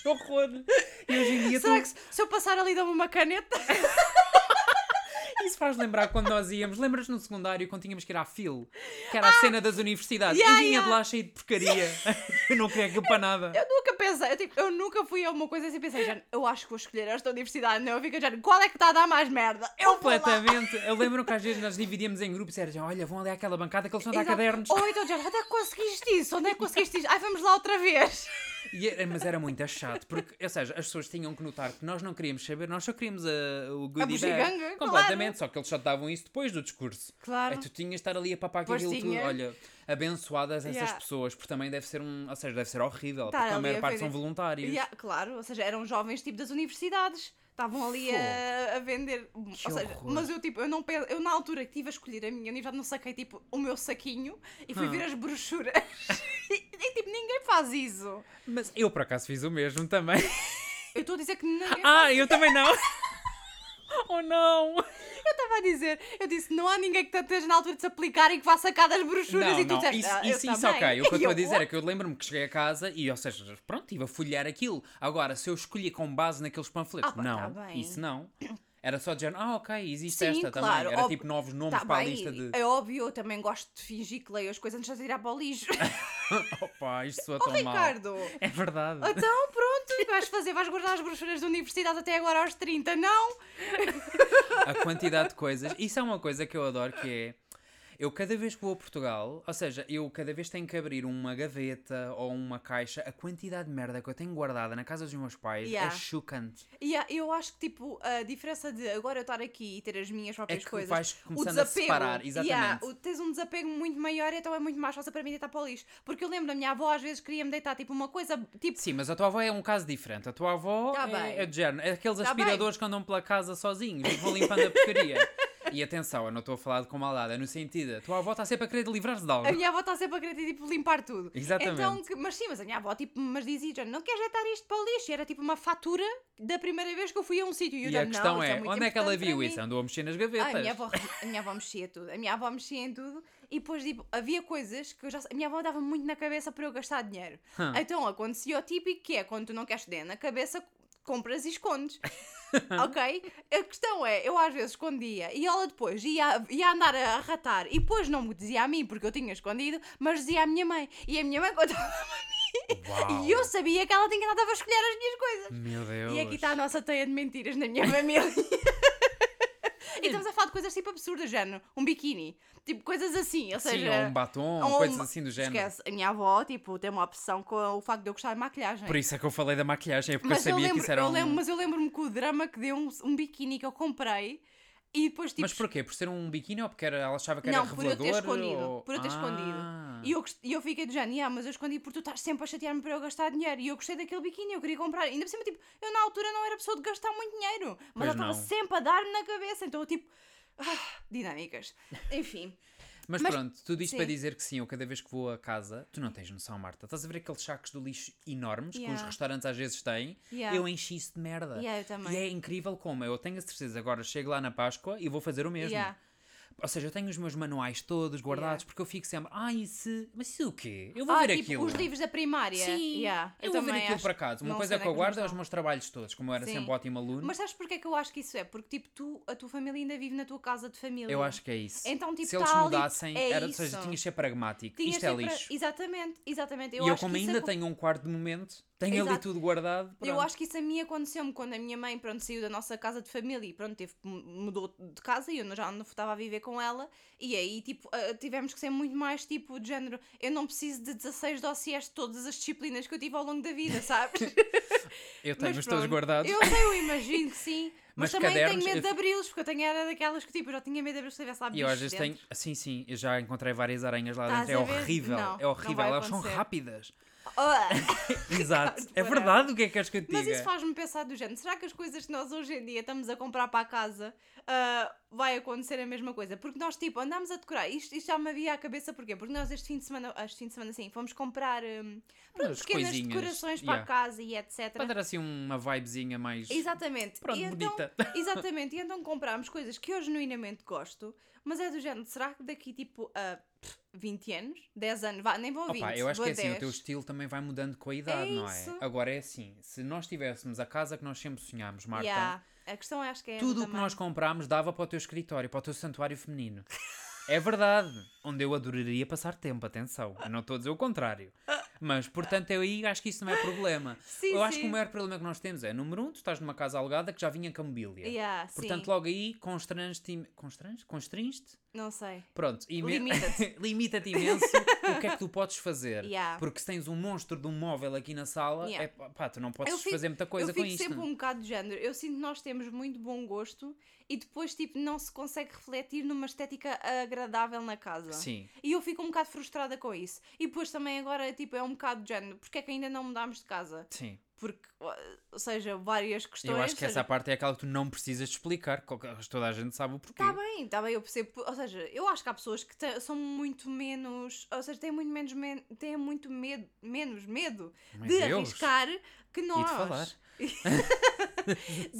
Speaker 1: que horror. E hoje em dia,
Speaker 2: Será
Speaker 1: tu...
Speaker 2: que se se eu passar ali dá-me uma caneta?
Speaker 1: isso faz lembrar quando nós íamos. Lembras no secundário quando tínhamos que ir à fil? Que era a cena das universidades.
Speaker 2: Ah! Yeah,
Speaker 1: eu vinha de
Speaker 2: yeah.
Speaker 1: lá cheio de porcaria. eu não queria aquilo para nada.
Speaker 2: Eu nunca pensei, eu, tipo, eu nunca fui a uma coisa assim pensei, "Jane, eu acho que vou escolher esta universidade, não, eu fico a dizer, qual é que está a dar mais merda? Eu vou lá."
Speaker 1: Completamente. Eu lembro que às vezes nós dividíamos em grupos e era, assim, olha, vão ali àquela bancada que eles vão dar
Speaker 2: Exato.
Speaker 1: cadernos.
Speaker 2: Ou então, Jane, onde é que conseguiste isso? Onde é que conseguiste isso? Ai, vamos lá outra vez.
Speaker 1: E era- mas era muito chato, porque, ou seja, as pessoas tinham que notar que nós não queríamos saber, nós só queríamos ah, o
Speaker 2: A
Speaker 1: good e
Speaker 2: bugiganga,
Speaker 1: bad.
Speaker 2: claro.
Speaker 1: Completamente, só que eles só te davam isso depois do discurso.
Speaker 2: Claro.
Speaker 1: Aí tu tinhas de estar ali a papar com
Speaker 2: Pois
Speaker 1: aquilo tudo.
Speaker 2: tinha.
Speaker 1: Olha, abençoadas essas
Speaker 2: Yeah,
Speaker 1: pessoas, porque também deve ser um. Ou seja, deve ser horrível,
Speaker 2: Tá
Speaker 1: porque a
Speaker 2: ali
Speaker 1: maior
Speaker 2: a
Speaker 1: parte são
Speaker 2: fazer-
Speaker 1: voluntários.
Speaker 2: Yeah, claro, ou seja, eram jovens tipo das universidades, estavam ali a, a vender. Ou seja,
Speaker 1: horror.
Speaker 2: mas eu tipo, eu não penso, eu na altura que estive a escolher a minha universidade não saquei tipo o meu saquinho e fui
Speaker 1: Hum.
Speaker 2: ver as brochuras. e, e, tipo, ninguém faz isso.
Speaker 1: Mas eu por acaso fiz o mesmo também.
Speaker 2: Eu estou a dizer que ninguém
Speaker 1: ah, eu também não! oh não!
Speaker 2: estava a dizer. Eu disse, não há ninguém que te esteja na altura de se aplicar e que vá sacar das brochuras
Speaker 1: Não,
Speaker 2: e tu
Speaker 1: não,
Speaker 2: disseste,
Speaker 1: isso,
Speaker 2: "Ah, eu
Speaker 1: isso, isso
Speaker 2: também."
Speaker 1: ok. O que eu
Speaker 2: E
Speaker 1: estou a dizer é que eu lembro-me que cheguei a casa e, ou seja, pronto, estive a folhear aquilo. Agora, se eu escolhi com base naqueles panfletos,
Speaker 2: Ah, pá,
Speaker 1: não,
Speaker 2: tá bem.
Speaker 1: isso não. Era só dizer, ah, ok, existe
Speaker 2: Sim,
Speaker 1: esta
Speaker 2: claro,
Speaker 1: também. Era
Speaker 2: ob-
Speaker 1: tipo novos nomes
Speaker 2: Tá
Speaker 1: para a
Speaker 2: bem,
Speaker 1: lista de.
Speaker 2: É óbvio, eu também gosto de fingir que leio as coisas antes de tirar para o lixo.
Speaker 1: Opa, isto soa
Speaker 2: oh,
Speaker 1: tão mal.
Speaker 2: Ricardo!
Speaker 1: É verdade.
Speaker 2: Então, pronto, vais fazer, vais guardar as brochuras da universidade até agora aos 30, não?
Speaker 1: a quantidade de coisas. Isso é uma coisa que eu adoro, que é... Eu cada vez que vou a Portugal, ou seja, eu cada vez tenho que abrir uma gaveta ou uma caixa, a quantidade de merda que eu tenho guardada na casa dos meus pais
Speaker 2: Yeah.
Speaker 1: é chocante.
Speaker 2: E há- eu acho que, tipo, a diferença de agora eu estar aqui e ter as minhas
Speaker 1: É
Speaker 2: próprias
Speaker 1: que
Speaker 2: coisas.
Speaker 1: vais
Speaker 2: o
Speaker 1: começando a
Speaker 2: desapego,
Speaker 1: separar, exatamente.
Speaker 2: yeah, o- tens um desapego muito maior, então é muito mais fácil para mim deitar para o lixo. Porque eu lembro da minha avó, às vezes queria-me deitar tipo uma coisa, tipo,
Speaker 1: Sim, mas a tua avó é um caso diferente. A tua avó
Speaker 2: Tá
Speaker 1: é,
Speaker 2: bem.
Speaker 1: é de género. É aqueles
Speaker 2: Tá
Speaker 1: aspiradores que andam pela casa sozinhos e vão limpando a porcaria. e atenção, eu não estou a falar de com maldade, é no sentido, a tua avó está sempre a querer livrar-se de algo.
Speaker 2: a minha avó está sempre a querer tipo, limpar tudo.
Speaker 1: Exatamente.
Speaker 2: Então, que- mas sim, mas a minha avó tipo, mas dizia, "Joana, não queres deitar isto para o lixo? E era tipo uma fatura da primeira vez que eu fui a um sítio. E, eu
Speaker 1: E
Speaker 2: já,
Speaker 1: a
Speaker 2: "Não,
Speaker 1: questão
Speaker 2: isso
Speaker 1: é,
Speaker 2: muito
Speaker 1: onde é que ela
Speaker 2: importante para
Speaker 1: viu
Speaker 2: mim."
Speaker 1: isso? Andou a mexer nas
Speaker 2: Ah,
Speaker 1: gavetas.
Speaker 2: a minha, avó, a minha avó mexia tudo. A minha avó mexia em tudo. E depois, tipo, havia coisas que eu já... A minha avó dava muito na cabeça para eu gastar dinheiro.
Speaker 1: Hum.
Speaker 2: Então, acontecia o típico que é, quando tu não queres dinheiro na cabeça, compras e escondes. ok? A questão é, eu às vezes escondia e ela depois ia, ia andar a ratar e depois não me dizia a mim porque eu tinha escondido, mas dizia à minha mãe. E a minha mãe contava a
Speaker 1: Uau,
Speaker 2: mim e eu sabia que ela tinha andado a escolher as minhas coisas.
Speaker 1: Meu Deus.
Speaker 2: E aqui está a nossa teia de mentiras na minha família. e estamos a falar de coisas tipo absurdas, género. Um biquíni. Tipo, coisas assim. Ou
Speaker 1: Sim,
Speaker 2: seja,
Speaker 1: ou um batom,
Speaker 2: ou
Speaker 1: coisas
Speaker 2: um-
Speaker 1: assim do género.
Speaker 2: Esquece. A minha avó, tipo, tem uma opção com o facto de eu gostar de maquilhagem.
Speaker 1: Por isso é que eu falei da maquilhagem, é porque
Speaker 2: mas
Speaker 1: eu
Speaker 2: eu
Speaker 1: sabia
Speaker 2: lembro,
Speaker 1: que isso era
Speaker 2: eu
Speaker 1: um...
Speaker 2: lembro, mas eu lembro-me que o drama que deu um, um biquíni que eu comprei e depois tipo.
Speaker 1: Mas porquê? Por ser um biquíni ou porque era- ela achava que era
Speaker 2: Não, por eu ter
Speaker 1: revelador?
Speaker 2: escondido,
Speaker 1: ou-
Speaker 2: por eu ter escondido.
Speaker 1: Ah.
Speaker 2: E eu, gost- e eu fiquei do género, "Yeah, mas eu escondi porque tu estás sempre a chatear-me para eu gastar dinheiro. E eu gostei daquele biquíni, eu queria comprar. Ainda por cima, tipo, eu na altura não era pessoa de gastar muito dinheiro, mas
Speaker 1: Pois
Speaker 2: ela estava
Speaker 1: não.
Speaker 2: sempre a dar-me na cabeça. Então eu, tipo, ah, dinâmicas. Enfim.
Speaker 1: Mas,
Speaker 2: Mas-
Speaker 1: pronto, tudo isto
Speaker 2: sim.
Speaker 1: para dizer que sim, eu cada vez que vou a casa, tu não tens noção, Marta. Estás a ver aqueles sacos do lixo enormes que os
Speaker 2: Yeah.
Speaker 1: restaurantes às vezes têm?
Speaker 2: Yeah.
Speaker 1: Eu enchi isso de merda.
Speaker 2: Yeah, eu também.
Speaker 1: E é incrível como eu tenho a certeza, agora chego lá na Páscoa e vou fazer o mesmo.
Speaker 2: Yeah.
Speaker 1: Ou seja, eu tenho os meus manuais todos guardados
Speaker 2: Yeah.
Speaker 1: porque eu fico sempre, ah, isso, mas isso o quê? Eu vou
Speaker 2: ah,
Speaker 1: ver
Speaker 2: tipo,
Speaker 1: aquilo.
Speaker 2: os livros da primária.
Speaker 1: Sim,
Speaker 2: Yeah,
Speaker 1: eu, vou ver
Speaker 2: também
Speaker 1: aquilo
Speaker 2: acho
Speaker 1: para casa. Uma
Speaker 2: não
Speaker 1: coisa
Speaker 2: sei
Speaker 1: que eu
Speaker 2: onde é
Speaker 1: guardo é
Speaker 2: eles
Speaker 1: os meus trabalhos todos, como eu era
Speaker 2: Sim.
Speaker 1: sempre ótimo aluno.
Speaker 2: estão. Mas sabes porque é que eu acho que isso é? Porque, tipo, tu, a tua família ainda vive na tua casa de família.
Speaker 1: Eu acho que é isso.
Speaker 2: Então, tipo,
Speaker 1: Se eles
Speaker 2: tá ali-
Speaker 1: mudassem,
Speaker 2: é
Speaker 1: era, ou seja,
Speaker 2: isso.
Speaker 1: tinhas de ser pragmático.
Speaker 2: Tinhas
Speaker 1: Isto é
Speaker 2: sempre-
Speaker 1: lixo.
Speaker 2: Exatamente, exatamente. Eu
Speaker 1: e eu,
Speaker 2: acho
Speaker 1: como
Speaker 2: que isso
Speaker 1: ainda
Speaker 2: acon-
Speaker 1: tenho um quarto de momento, tenho ali
Speaker 2: Exato.
Speaker 1: tudo guardado.
Speaker 2: Eu
Speaker 1: pronto.
Speaker 2: acho que isso a mim aconteceu-me quando a minha mãe pronto, saiu da nossa casa de família e pronto, teve, mudou de casa e eu já não estava a viver com ela. E aí tipo, ah, tivemos que ser muito mais tipo de género. Eu não preciso de 16 dossiês de todas as disciplinas que eu tive ao longo da vida, sabes?
Speaker 1: Eu tenho
Speaker 2: Mas
Speaker 1: os teus
Speaker 2: pronto,
Speaker 1: guardados.
Speaker 2: Eu sei, eu imagino que sim.
Speaker 1: Mas
Speaker 2: Mas, também
Speaker 1: cadernos,
Speaker 2: tenho medo
Speaker 1: eu-
Speaker 2: de abri-los, porque eu tenho era daquelas que tipo, eu já tinha medo de abri-los se tivesse lá
Speaker 1: E eu às
Speaker 2: bichos
Speaker 1: vezes tenho.
Speaker 2: dentro.
Speaker 1: Sim, sim, eu já encontrei várias aranhas lá
Speaker 2: Estás
Speaker 1: dentro. É
Speaker 2: a ver?
Speaker 1: horrível.
Speaker 2: Não,
Speaker 1: é
Speaker 2: não
Speaker 1: horrível.
Speaker 2: vai
Speaker 1: Elas são
Speaker 2: acontecer.
Speaker 1: rápidas.
Speaker 2: Oh!
Speaker 1: Exato. É
Speaker 2: whatever.
Speaker 1: verdade o que é que queres que eu te
Speaker 2: Mas isso
Speaker 1: diga?
Speaker 2: faz-me pensar do género, será que as coisas que nós hoje em dia estamos a comprar para a casa ah, vai acontecer a mesma coisa? Porque nós, tipo, andámos a decorar, isto, isto já me havia à cabeça, porquê? Porque nós este fim de semana, ah, este fim de semana sim, fomos comprar hum, pronto,
Speaker 1: Umas
Speaker 2: pequenas
Speaker 1: coisinhas,
Speaker 2: decorações para a
Speaker 1: yeah.
Speaker 2: casa e etc.
Speaker 1: Para dar assim uma vibezinha mais.
Speaker 2: Exatamente.
Speaker 1: Pronto,
Speaker 2: e então,
Speaker 1: bonita.
Speaker 2: exatamente, e então comprámos coisas que eu genuinamente gosto, mas é do género, será que daqui tipo a pff, 20 anos, 10 anos, vá, nem vou a 20,
Speaker 1: Opa, eu acho
Speaker 2: vou
Speaker 1: que é
Speaker 2: a
Speaker 1: assim, o
Speaker 2: 10.
Speaker 1: teu estilo também vai mudando com a idade, não é?
Speaker 2: isso.
Speaker 1: Agora é assim, se nós tivéssemos a casa que nós sempre sonhámos, Marta,
Speaker 2: Yeah, A questão é, acho que é
Speaker 1: tudo o
Speaker 2: essa
Speaker 1: que
Speaker 2: também.
Speaker 1: nós comprámos dava para o teu escritório, para o teu santuário feminino. É verdade, onde eu adoraria passar tempo, atenção, eu não estou a dizer o contrário. Mas, portanto, eu aí acho que isso não é problema.
Speaker 2: Sim,
Speaker 1: eu acho que
Speaker 2: sim.
Speaker 1: o maior problema que nós temos é, número um, tu estás numa casa alugada que já vinha com mobília.
Speaker 2: Yeah,
Speaker 1: Portanto,
Speaker 2: sim.
Speaker 1: logo aí constranges-te. Constranges? Constringes-te?
Speaker 2: Não sei.
Speaker 1: Pronto, ime-
Speaker 2: Limita-te.
Speaker 1: limita-te imenso o que é que tu podes fazer.
Speaker 2: Yeah.
Speaker 1: Porque se tens um monstro de um móvel aqui na sala,
Speaker 2: Yeah.
Speaker 1: é pá, pá, tu não podes
Speaker 2: Eu fico-
Speaker 1: fazer muita coisa
Speaker 2: eu fico
Speaker 1: com isto. é?
Speaker 2: sempre um bocado de género. Eu sinto que nós temos muito bom gosto e depois, tipo, não se consegue refletir numa estética agradável na casa.
Speaker 1: Sim.
Speaker 2: E eu fico um bocado frustrada com isso. E depois também agora, tipo, é um bocado de género. Porque é que ainda não mudámos de casa?
Speaker 1: Sim.
Speaker 2: Porque, ou seja, várias questões...
Speaker 1: eu acho que
Speaker 2: ou
Speaker 1: essa
Speaker 2: seja,
Speaker 1: parte é aquela que tu não precisas de explicar, qualquer- toda a gente sabe o porquê.
Speaker 2: Está Tá bem, está bem, eu percebo. Ou seja, eu acho que há pessoas que te- são muito menos. Ou seja, têm muito menos. men- têm muito medo, menos medo
Speaker 1: Meu
Speaker 2: de
Speaker 1: Deus.
Speaker 2: arriscar que nós.
Speaker 1: E de falar.
Speaker 2: de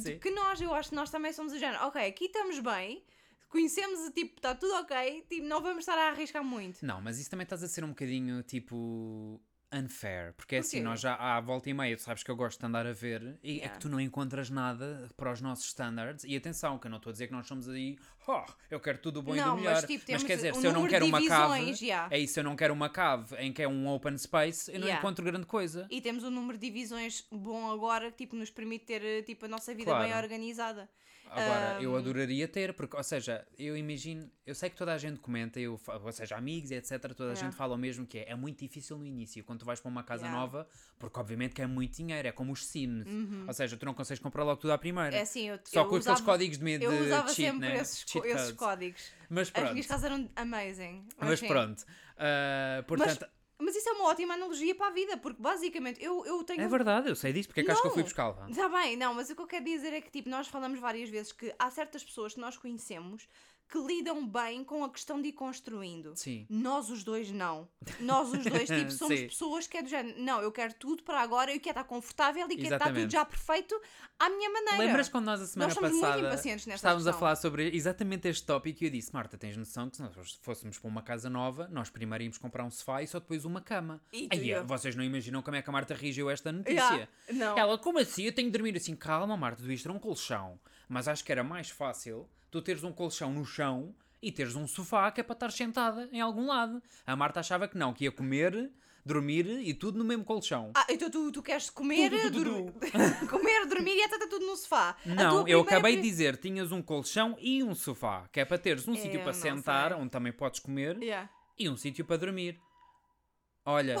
Speaker 1: Sim.
Speaker 2: que nós, eu acho que nós também somos o género, ok, aqui estamos bem, conhecemos, tipo, está tudo ok, tipo, não vamos estar a arriscar muito.
Speaker 1: Não, mas isso também estás a ser um bocadinho tipo unfair, porque é
Speaker 2: Porquê?
Speaker 1: assim, nós já à volta e meia, tu sabes que eu gosto de andar a ver, e é
Speaker 2: Yeah.
Speaker 1: que tu não encontras nada para os nossos standards. E atenção, que eu não estou a dizer que nós somos aí, oh, eu quero tudo o bom e
Speaker 2: Não,
Speaker 1: do
Speaker 2: mas,
Speaker 1: melhor. Mas,
Speaker 2: tipo, temos
Speaker 1: quer dizer,
Speaker 2: um
Speaker 1: se eu não
Speaker 2: número
Speaker 1: quero
Speaker 2: de
Speaker 1: uma cave,
Speaker 2: divisões, yeah.
Speaker 1: é isso, se eu não quero uma cave em que é um open space, eu não
Speaker 2: Yeah.
Speaker 1: encontro grande coisa.
Speaker 2: E temos um número de divisões bom agora que, tipo, nos permite ter, eh, tipo, a nossa vida
Speaker 1: Claro.
Speaker 2: bem organizada.
Speaker 1: Agora, eu adoraria ter, porque, ou seja, eu imagino, eu sei que toda a gente comenta, eu, fa- ou seja, amigos, etc., toda a
Speaker 2: Yeah.
Speaker 1: gente fala o mesmo que é, é muito difícil no início, quando tu vais para uma casa
Speaker 2: Yeah.
Speaker 1: nova, porque obviamente que é muito dinheiro, é como os Sims, ou seja, tu não consegues comprar logo tudo à primeira.
Speaker 2: Uhum. É assim, eu,
Speaker 1: Só
Speaker 2: eu
Speaker 1: com
Speaker 2: usava,
Speaker 1: aqueles códigos de medo
Speaker 2: Eu
Speaker 1: de
Speaker 2: usava
Speaker 1: cheat,
Speaker 2: sempre
Speaker 1: né?
Speaker 2: esses, co-
Speaker 1: Cheat
Speaker 2: esses
Speaker 1: codes.
Speaker 2: códigos.
Speaker 1: Mas
Speaker 2: As minhas
Speaker 1: pronto,
Speaker 2: casas eram amazing.
Speaker 1: mas
Speaker 2: sim.
Speaker 1: pronto. Ah, portanto,
Speaker 2: Mas isso é uma ótima analogia para a vida, porque basicamente eu, eu tenho
Speaker 1: é verdade, eu sei disso, porque é que acho que eu fui
Speaker 2: Não.
Speaker 1: buscá-la.
Speaker 2: Está Tá bem, não, mas o que eu quero dizer é que tipo, nós falamos várias vezes que há certas pessoas que nós conhecemos que lidam bem com a questão de ir construindo.
Speaker 1: Sim.
Speaker 2: Nós os dois não. Nós os dois tipo, somos
Speaker 1: Sim.
Speaker 2: pessoas que é do género. Não, eu quero tudo para agora, eu quero estar confortável e quero estar tudo
Speaker 1: Exatamente.
Speaker 2: já perfeito à minha maneira.
Speaker 1: Lembras quando nós a semana
Speaker 2: somos muito
Speaker 1: passada
Speaker 2: impacientes nesta
Speaker 1: estávamos a
Speaker 2: questão.
Speaker 1: falar sobre exatamente este tópico e eu disse, Marta, tens noção que se nós fôssemos para uma casa nova, nós primeiro íamos comprar um sofá e só depois uma cama.
Speaker 2: E tu
Speaker 1: Ai,
Speaker 2: e
Speaker 1: é,
Speaker 2: eu?
Speaker 1: vocês não imaginam como é que a Marta reagiu a esta notícia.
Speaker 2: Yeah, não.
Speaker 1: Ela, como assim? Eu tenho de dormir assim, calma, Marta, tu isto era um colchão. Mas acho que era mais fácil tu teres um colchão no chão e teres um sofá que é para estar sentada em algum lado. A Marta achava que não, que ia comer, dormir e tudo no mesmo colchão.
Speaker 2: Ah, então tu, tu queres comer,
Speaker 1: Tudo, tudo,
Speaker 2: dormir, comer, dormir e até está tudo no sofá. A
Speaker 1: Não,
Speaker 2: tua
Speaker 1: eu
Speaker 2: primeira
Speaker 1: acabei de
Speaker 2: pri-
Speaker 1: dizer, tinhas um colchão e um sofá, que é para teres um sítio
Speaker 2: Eu
Speaker 1: para
Speaker 2: não
Speaker 1: sentar,
Speaker 2: sei.
Speaker 1: onde também podes comer,
Speaker 2: Yeah.
Speaker 1: e um sítio para dormir. Olha,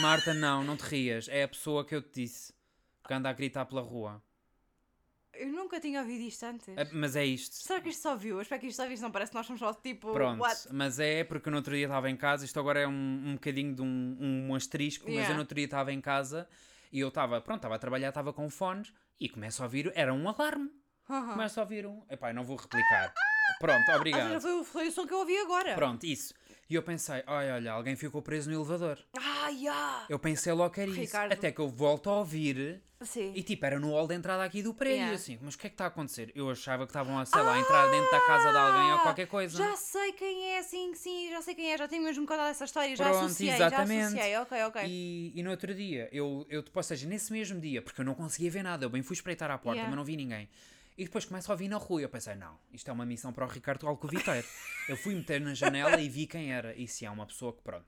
Speaker 1: Marta, não, não te rias, é a pessoa que eu te disse, que anda a gritar pela rua.
Speaker 2: Eu nunca tinha ouvido isto antes.
Speaker 1: Ah, Mas é isto.
Speaker 2: Será que isto só viu? Espero que isto só viu, não parece que nós somos só tipo.
Speaker 1: Pronto.
Speaker 2: What?
Speaker 1: Mas é porque no outro dia estava em casa, isto agora é um, um bocadinho de um, um asterisco, mas eu
Speaker 2: Yeah.
Speaker 1: no outro dia estava em casa e eu estava, pronto, estava a trabalhar, estava com fones e começo a ouvir, era um alarme.
Speaker 2: Aham.
Speaker 1: Começo a ouvir um. Epá, eu não vou replicar. Pronto,
Speaker 2: Ou seja,
Speaker 1: obrigado.
Speaker 2: foi, o- foi o som que eu ouvi agora.
Speaker 1: Pronto, isso. E eu pensei, ai, olha, alguém ficou preso no elevador.
Speaker 2: Ah, yeah.
Speaker 1: Eu pensei logo que era isso.
Speaker 2: Ricardo.
Speaker 1: Até que eu volto a ouvir
Speaker 2: Sim.
Speaker 1: e tipo, era no hall de entrada aqui do prédio.
Speaker 2: Yeah.
Speaker 1: assim, mas o que é que está a acontecer? Eu achava que estavam, a, sei lá, a entrar dentro da casa de alguém ou
Speaker 2: Ah,
Speaker 1: qualquer coisa.
Speaker 2: Já sei quem é, sim, sim, já sei quem é, já tenho mesmo contado essa história, já
Speaker 1: Pronto,
Speaker 2: associei,
Speaker 1: exatamente.
Speaker 2: já associei, ok, ok.
Speaker 1: E, e no outro dia, eu, eu, ou seja, nesse mesmo dia, porque eu não conseguia ver nada, eu bem fui espreitar à porta,
Speaker 2: Yeah.
Speaker 1: mas não vi ninguém. E depois começo a ouvir na rua e eu pensei, não, isto é uma missão para o Ricardo Alcoviteiro. eu fui meter na janela e vi quem era. E se é uma pessoa que, pronto,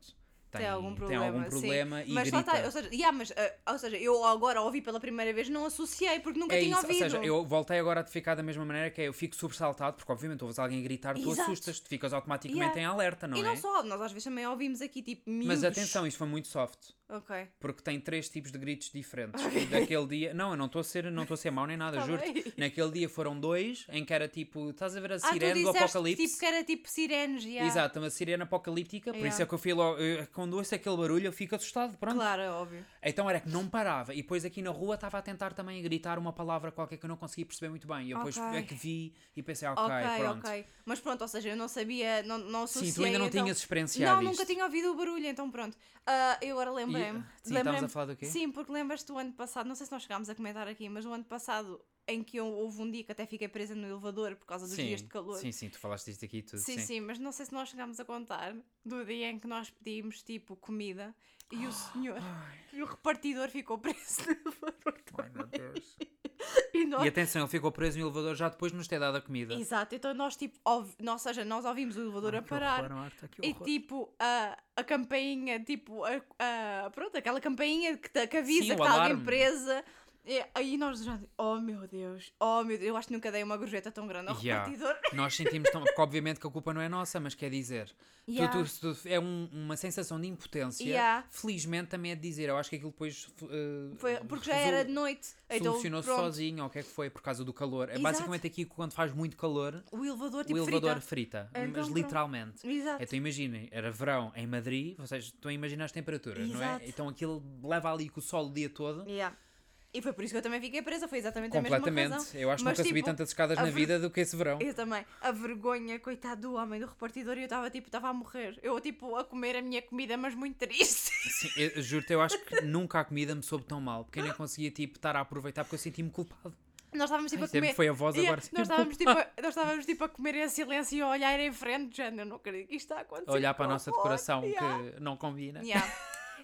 Speaker 1: tem,
Speaker 2: Tem algum problema,
Speaker 1: algum
Speaker 2: sim.
Speaker 1: problema e
Speaker 2: mas tá, lá
Speaker 1: grita.
Speaker 2: está, ou seja, yeah, mas, ah, ou seja, eu agora ouvi pela primeira vez, não associei, porque nunca
Speaker 1: é
Speaker 2: tinha
Speaker 1: isso,
Speaker 2: ouvido.
Speaker 1: ou seja, eu voltei agora a te ficar da mesma maneira que é, eu fico sobressaltado, porque obviamente ouves alguém gritar, tu
Speaker 2: Exato.
Speaker 1: assustas, tu ficas automaticamente
Speaker 2: Yeah.
Speaker 1: em alerta, não
Speaker 2: e
Speaker 1: é?
Speaker 2: não só, nós às vezes também ouvimos aqui tipo miúdos.
Speaker 1: Mas atenção, isto foi muito soft.
Speaker 2: Ok. Ah,
Speaker 1: porque tem três tipos de gritos diferentes. Daquele dia, não, eu não estou a ser, não estou a ser mau nem nada,
Speaker 2: Tá
Speaker 1: juro.
Speaker 2: bem.
Speaker 1: Naquele dia foram dois em que era tipo, estás a ver a
Speaker 2: Ah, tu
Speaker 1: sirene do
Speaker 2: disseste,
Speaker 1: apocalipse?
Speaker 2: tipo que era tipo sirenes, yeah.
Speaker 1: Exato, uma sirene apocalíptica, por
Speaker 2: Yeah.
Speaker 1: isso é que eu fui logo, eu, quando ouço aquele barulho eu fico assustado, pronto.
Speaker 2: Claro, é óbvio.
Speaker 1: Então era que não parava, e depois aqui na rua estava a tentar também gritar uma palavra qualquer que eu não conseguia perceber muito bem, e eu depois
Speaker 2: Ok.
Speaker 1: é que vi e pensei, ok,
Speaker 2: Ok,
Speaker 1: pronto.
Speaker 2: ok. Mas pronto, ou seja, eu não sabia, não, não associei.
Speaker 1: Sim, tu ainda não
Speaker 2: então...
Speaker 1: tinhas experienciado
Speaker 2: Não, nunca
Speaker 1: isto.
Speaker 2: tinha ouvido o barulho, então pronto. Ah, eu agora lembrei-me.
Speaker 1: E- sim,
Speaker 2: Lembrei-me-
Speaker 1: estávamos a falar do quê?
Speaker 2: Sim, porque lembras-te do ano passado, não sei se nós chegámos a comentar aqui, mas o ano passado em que eu, houve um dia que até fiquei presa no elevador por causa dos
Speaker 1: sim,
Speaker 2: dias de calor.
Speaker 1: Sim, sim, tu falaste disto aqui e tudo.
Speaker 2: Sim, sim, mas não sei se nós chegámos a contar do dia em que nós pedimos tipo comida e o senhor, e o repartidor ficou preso no elevador
Speaker 1: Ai, meu Deus.
Speaker 2: e nós.
Speaker 1: E atenção, ele ficou preso no elevador já depois de nos ter dado a comida. Ah,
Speaker 2: Exato, então nós tipo, ouvi... nós, ou seja, nós ouvimos o elevador a parar. E tipo, a, a campainha, tipo, a, a- pronto, aquela campainha que, te- que avisa
Speaker 1: Sim, o
Speaker 2: que está alguém
Speaker 1: alarme.
Speaker 2: presa. E, aí nós já, oh meu Deus, oh meu Deus, eu acho que nunca dei uma gorjeta tão grande ao
Speaker 1: Yeah.
Speaker 2: repartidor.
Speaker 1: Nós sentimos tão. Porque obviamente que a culpa não é nossa, mas quer dizer. tu-
Speaker 2: Yeah.
Speaker 1: tu- tu- é um- uma sensação de impotência.
Speaker 2: Yeah.
Speaker 1: Felizmente também é de dizer. Eu acho que aquilo depois. eh,
Speaker 2: Foi, porque já
Speaker 1: resol-
Speaker 2: era de noite. Então,
Speaker 1: Solucionou-se
Speaker 2: pronto,
Speaker 1: sozinho, ou o que é que foi, por causa do calor. É
Speaker 2: Exato.
Speaker 1: basicamente aqui que quando faz muito calor,
Speaker 2: O elevador tipo
Speaker 1: o elevador
Speaker 2: frita.
Speaker 1: frita.
Speaker 2: Então,
Speaker 1: mas
Speaker 2: pronto.
Speaker 1: literalmente.
Speaker 2: Exato.
Speaker 1: Então imaginem, era verão em Madrid, vocês estão a imaginar as temperaturas, não
Speaker 2: Exato.
Speaker 1: é? Então aquilo leva ali com o sol o dia todo.
Speaker 2: Yeah. E foi por isso que eu também fiquei presa, foi exatamente a mesma é razão.
Speaker 1: Completamente. Eu acho que
Speaker 2: Mas,
Speaker 1: nunca subi
Speaker 2: tipo,
Speaker 1: tantas escadas
Speaker 2: a
Speaker 1: na
Speaker 2: ver-
Speaker 1: vida do que esse verão.
Speaker 2: Eu também. A vergonha, coitado do homem, do repartidor, e eu estava tipo, estava a morrer. Eu tipo, a comer a minha comida, mas muito triste.
Speaker 1: Sim, eu juro-te, eu acho que nunca a comida me soube tão mal, porque eu nem conseguia tipo, estar a aproveitar porque eu senti-me culpado.
Speaker 2: Nós estávamos tipo
Speaker 1: Ai, é
Speaker 2: a comer.
Speaker 1: sempre foi a voz
Speaker 2: Yeah,
Speaker 1: agora. um
Speaker 2: nós,
Speaker 1: sempre
Speaker 2: estávamos, tipo, a, nós estávamos tipo a comer em silêncio e a olhar em frente, já eu não acredito que isto está a acontecer.
Speaker 1: a Tipo, olhar para a
Speaker 2: Que
Speaker 1: nossa
Speaker 2: horror.
Speaker 1: decoração
Speaker 2: Yeah,
Speaker 1: que não combina.
Speaker 2: yeah.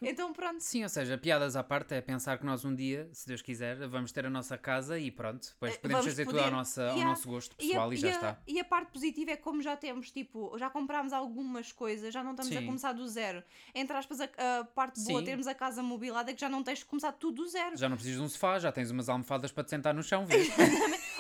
Speaker 2: Então pronto.
Speaker 1: Sim, ou seja, piadas à parte é pensar que nós um dia, se Deus quiser, vamos ter a nossa casa e pronto, depois
Speaker 2: Eh,
Speaker 1: podemos
Speaker 2: vamos
Speaker 1: fazer tudo
Speaker 2: poder-
Speaker 1: ao, nossa, ao
Speaker 2: Yeah.
Speaker 1: nosso gosto pessoal e, já
Speaker 2: a,
Speaker 1: está.
Speaker 2: e a parte positiva é que como já temos, tipo, já comprámos algumas coisas, já não estamos a
Speaker 1: Sim.
Speaker 2: começar do zero. Entre aspas, a, a parte boa
Speaker 1: Sim.
Speaker 2: de termos a casa mobilada é que já não tens de começar tudo do zero.
Speaker 1: Já não precisas de um sofá, já tens umas almofadas para te sentar no chão, vês?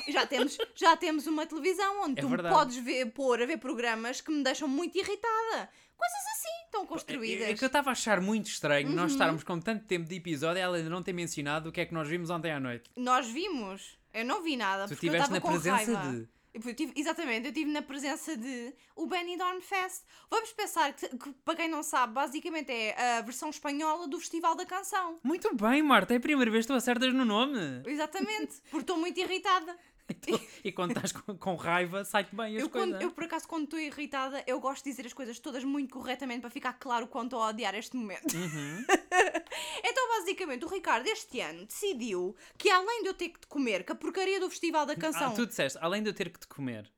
Speaker 2: E Já, temos, já temos uma televisão onde
Speaker 1: É
Speaker 2: tu me
Speaker 1: verdade.
Speaker 2: podes ver, pôr a ver programas que me deixam muito irritada. Coisas assim, tão construídas.
Speaker 1: É que eu estava a achar muito estranho nós
Speaker 2: Uhum.
Speaker 1: estarmos com tanto tempo de episódio e ela ainda não ter mencionado o que é que nós vimos ontem à noite.
Speaker 2: Nós vimos. Eu não vi nada.
Speaker 1: Tu
Speaker 2: porque eu
Speaker 1: estiveste
Speaker 2: estava
Speaker 1: na
Speaker 2: com
Speaker 1: presença
Speaker 2: raiva.
Speaker 1: de.
Speaker 2: Eu fui- tive- exatamente, eu estive na presença de o Benidorm Fest. Vamos pensar que, que, para quem não sabe, basicamente é a versão espanhola do Festival da Canção.
Speaker 1: Muito bem, Marta, é a primeira vez que tu acertas no nome.
Speaker 2: Exatamente, porque estou muito irritada.
Speaker 1: Então, e quando estás com, com raiva, sai-te bem as
Speaker 2: Eu,
Speaker 1: coisas.
Speaker 2: quando- eu, por acaso, quando estou irritada, eu gosto de dizer as coisas todas muito corretamente para ficar claro quanto a odiar este momento.
Speaker 1: Uhum.
Speaker 2: então, basicamente, o Ricardo este ano decidiu que além de eu ter que comer com a porcaria do Festival da Canção.
Speaker 1: Ah, tu disseste, além de eu ter que te comer.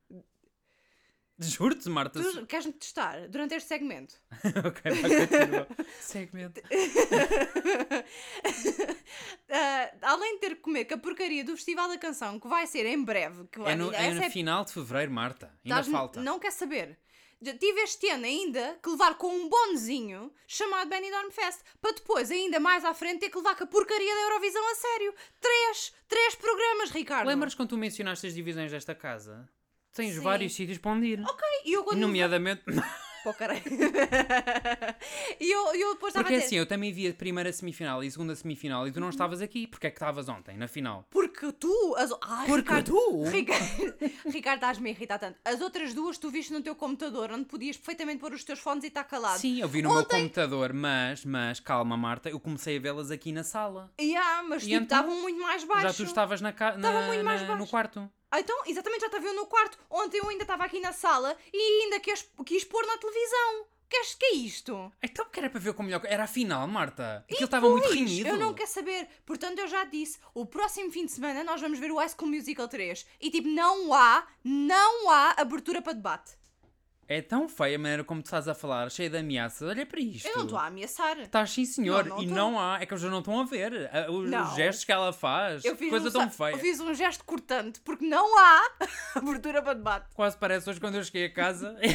Speaker 1: Juro-te, Marta.
Speaker 2: tu queres-me testar durante este segmento?
Speaker 1: ok, vai, continua. Segmento.
Speaker 2: Ah, além de ter que comer com a porcaria do Festival da Canção, que vai ser em breve, que vai
Speaker 1: É no,
Speaker 2: ainda-
Speaker 1: é
Speaker 2: essa
Speaker 1: no final de fevereiro, Marta. Ainda
Speaker 2: estás-
Speaker 1: falta.
Speaker 2: Não quer saber. Já tive este ano ainda que levar com um bonezinho chamado Benidorm Fest, para depois, ainda mais à frente, ter que levar com a porcaria da Eurovisão a sério. Três, três programas, Ricardo.
Speaker 1: Lembras quando tu mencionaste as divisões desta casa? Tens
Speaker 2: Sim. Oh,
Speaker 1: vários sítios para onde ir.
Speaker 2: E eu quando
Speaker 1: Nomeadamente.
Speaker 2: Pô, caralho. e eu, eu depois estava
Speaker 1: Porque
Speaker 2: a
Speaker 1: assim,
Speaker 2: dizer, Uhum.
Speaker 1: eu também vi a primeira semifinal e a segunda semifinal e tu não estavas aqui. Porque é que estavas ontem, na final?
Speaker 2: porque tu. As... Ai,
Speaker 1: Porque
Speaker 2: Ricardo,
Speaker 1: tu-
Speaker 2: Ricardo, Ricardo estás-me a irritar tanto. As outras duas tu viste no teu computador, onde podias perfeitamente pôr os teus fones e estar calado.
Speaker 1: Sim, eu vi no meu
Speaker 2: Ontem-
Speaker 1: computador, mas, mas, calma, Marta, eu comecei a vê-las aqui na sala.
Speaker 2: Yeah, mas
Speaker 1: E
Speaker 2: tipo,
Speaker 1: então?
Speaker 2: estavam muito mais baixo.
Speaker 1: Já tu estavas na, ca- na,
Speaker 2: Estava muito mais
Speaker 1: na- no
Speaker 2: baixo.
Speaker 1: quarto.
Speaker 2: Ah, então, exatamente, já estava eu no quarto. Ontem eu ainda estava aqui na sala e ainda quis, quis pôr na televisão. Queres que é isto?
Speaker 1: Então porque era para ver como melhor. Era a final, Marta. Aquilo estava muito
Speaker 2: Pois,
Speaker 1: renhido.
Speaker 2: Eu não quero saber. Portanto, eu já disse, o próximo fim de semana nós vamos ver o High School Musical 3. E tipo, não há, não há abertura para debate.
Speaker 1: É tão feia a maneira como tu estás a falar, cheia de ameaças. Olha para isto.
Speaker 2: Eu não estou a ameaçar.
Speaker 1: Estás sim, senhor.
Speaker 2: Não, não
Speaker 1: e
Speaker 2: tô.
Speaker 1: não há. É que eles já não estão a ver. Ah, Os, os
Speaker 2: Não.
Speaker 1: gestos que ela faz.
Speaker 2: Eu fiz,
Speaker 1: coisa
Speaker 2: um,
Speaker 1: tão
Speaker 2: sa-
Speaker 1: feia.
Speaker 2: eu fiz um gesto cortante, porque não há abertura para debate.
Speaker 1: Quase parece hoje quando eu cheguei a casa.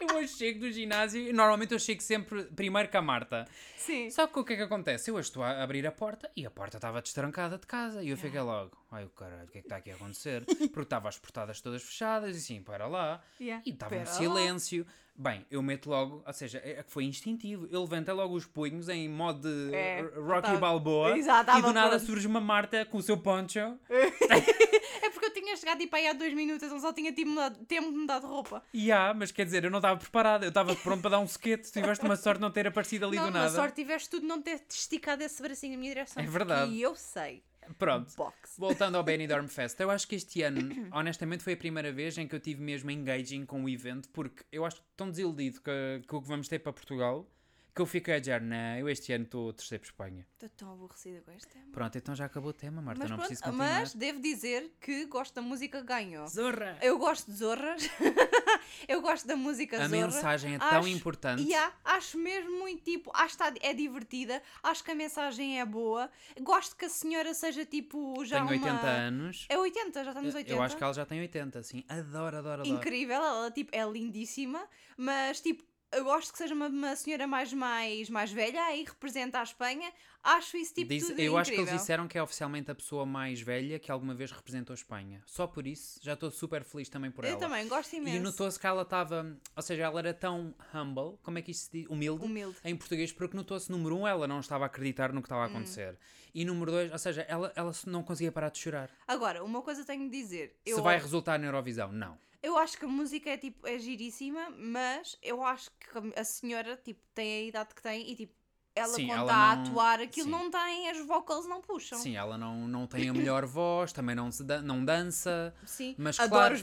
Speaker 1: eu hoje chego do ginásio e normalmente eu chego sempre primeiro com a Marta.
Speaker 2: Sim.
Speaker 1: Só que o que é que acontece? Eu hoje estou a abrir a porta e a porta estava destrancada de casa. E eu fiquei logo, ai o caralho, o que é que está aqui a acontecer? Porque estava as portadas todas fechadas e assim, para lá.
Speaker 2: Yeah.
Speaker 1: E estava um
Speaker 2: Pera lá.
Speaker 1: silêncio. Bem, eu meto logo, ou seja, é é que foi instintivo. Eu levantei logo os punhos em modo de
Speaker 2: É,
Speaker 1: R- Rocky
Speaker 2: tava-
Speaker 1: Balboa.
Speaker 2: Exato,
Speaker 1: e do
Speaker 2: tava
Speaker 1: nada
Speaker 2: pronto.
Speaker 1: surge uma Marta com o seu poncho.
Speaker 2: É porque eu tinha chegado tipo, aí há dois minutos, então só tinha tipo, mudado, tempo de mudar de roupa.
Speaker 1: E há, mas quer dizer, eu não estava preparada. Eu estava pronto para dar um sequete. Tiveste uma sorte de não ter aparecido ali
Speaker 2: não,
Speaker 1: do
Speaker 2: na
Speaker 1: nada.
Speaker 2: sorte tiveste tudo não ter esticado esse bracinho na minha direção.
Speaker 1: É verdade.
Speaker 2: E eu sei.
Speaker 1: Pronto.
Speaker 2: Box.
Speaker 1: Voltando ao Benidorm Fest, eu acho que este ano, honestamente, foi a primeira vez em que eu tive mesmo engaging com o evento, porque eu acho tão desiludido que- com o que vamos ter para Portugal que eu fiquei a dizer, não, eu este ano estou a torcer para Espanha.
Speaker 2: Estou tão aborrecida com este tema.
Speaker 1: Pronto, então já acabou o tema, Marta,
Speaker 2: Mas,
Speaker 1: não
Speaker 2: pronto,
Speaker 1: preciso continuar.
Speaker 2: mas devo dizer que gosto da música que ganhou.
Speaker 1: Zorra!
Speaker 2: Eu gosto de zorras. eu gosto da música
Speaker 1: A
Speaker 2: zorra.
Speaker 1: mensagem é tão
Speaker 2: Acho-
Speaker 1: importante.
Speaker 2: E há, acho mesmo muito tipo, acho que tá- é divertida, acho que a mensagem é boa. Gosto que a senhora seja tipo já
Speaker 1: Tenho
Speaker 2: uma.
Speaker 1: 80 anos.
Speaker 2: É 80, já está nos 80.
Speaker 1: Eu acho que ela já tem 80, assim. Adoro, adoro, adoro.
Speaker 2: incrível, ela tipo, é lindíssima, mas tipo, eu gosto que seja uma, uma senhora mais, mais, mais velha e representa a Espanha. Acho isso tipo
Speaker 1: Diz-
Speaker 2: tudo
Speaker 1: eu acho que
Speaker 2: incrível.
Speaker 1: eles disseram que é oficialmente a pessoa mais velha que alguma vez representou a Espanha. Só por isso, já estou super feliz também por
Speaker 2: Eu
Speaker 1: ela.
Speaker 2: também gosto
Speaker 1: E
Speaker 2: imenso.
Speaker 1: notou-se que ela estava, ou seja, ela era tão humble, como é que isto se diz? Humilde,
Speaker 2: Humilde.
Speaker 1: em português, porque notou-se, número um, ela não estava a acreditar no que
Speaker 2: Hum.
Speaker 1: estava a acontecer. E número dois, ou seja, ela, ela se- não conseguia parar de chorar.
Speaker 2: Agora, uma coisa tenho de dizer. Eu,
Speaker 1: Se vai resultar na Eurovisão, não.
Speaker 2: eu acho que a música é tipo, é giríssima, mas eu acho que a senhora tipo, tem a idade que tem e tipo, ela
Speaker 1: Sim,
Speaker 2: quando
Speaker 1: ela
Speaker 2: está a
Speaker 1: não-
Speaker 2: atuar aquilo
Speaker 1: sim.
Speaker 2: não tem, as vocals não puxam.
Speaker 1: Sim, ela não, não tem a melhor voz, também não, se dan- não dança.
Speaker 2: Sim.
Speaker 1: Mas
Speaker 2: Adoro
Speaker 1: claro-
Speaker 2: os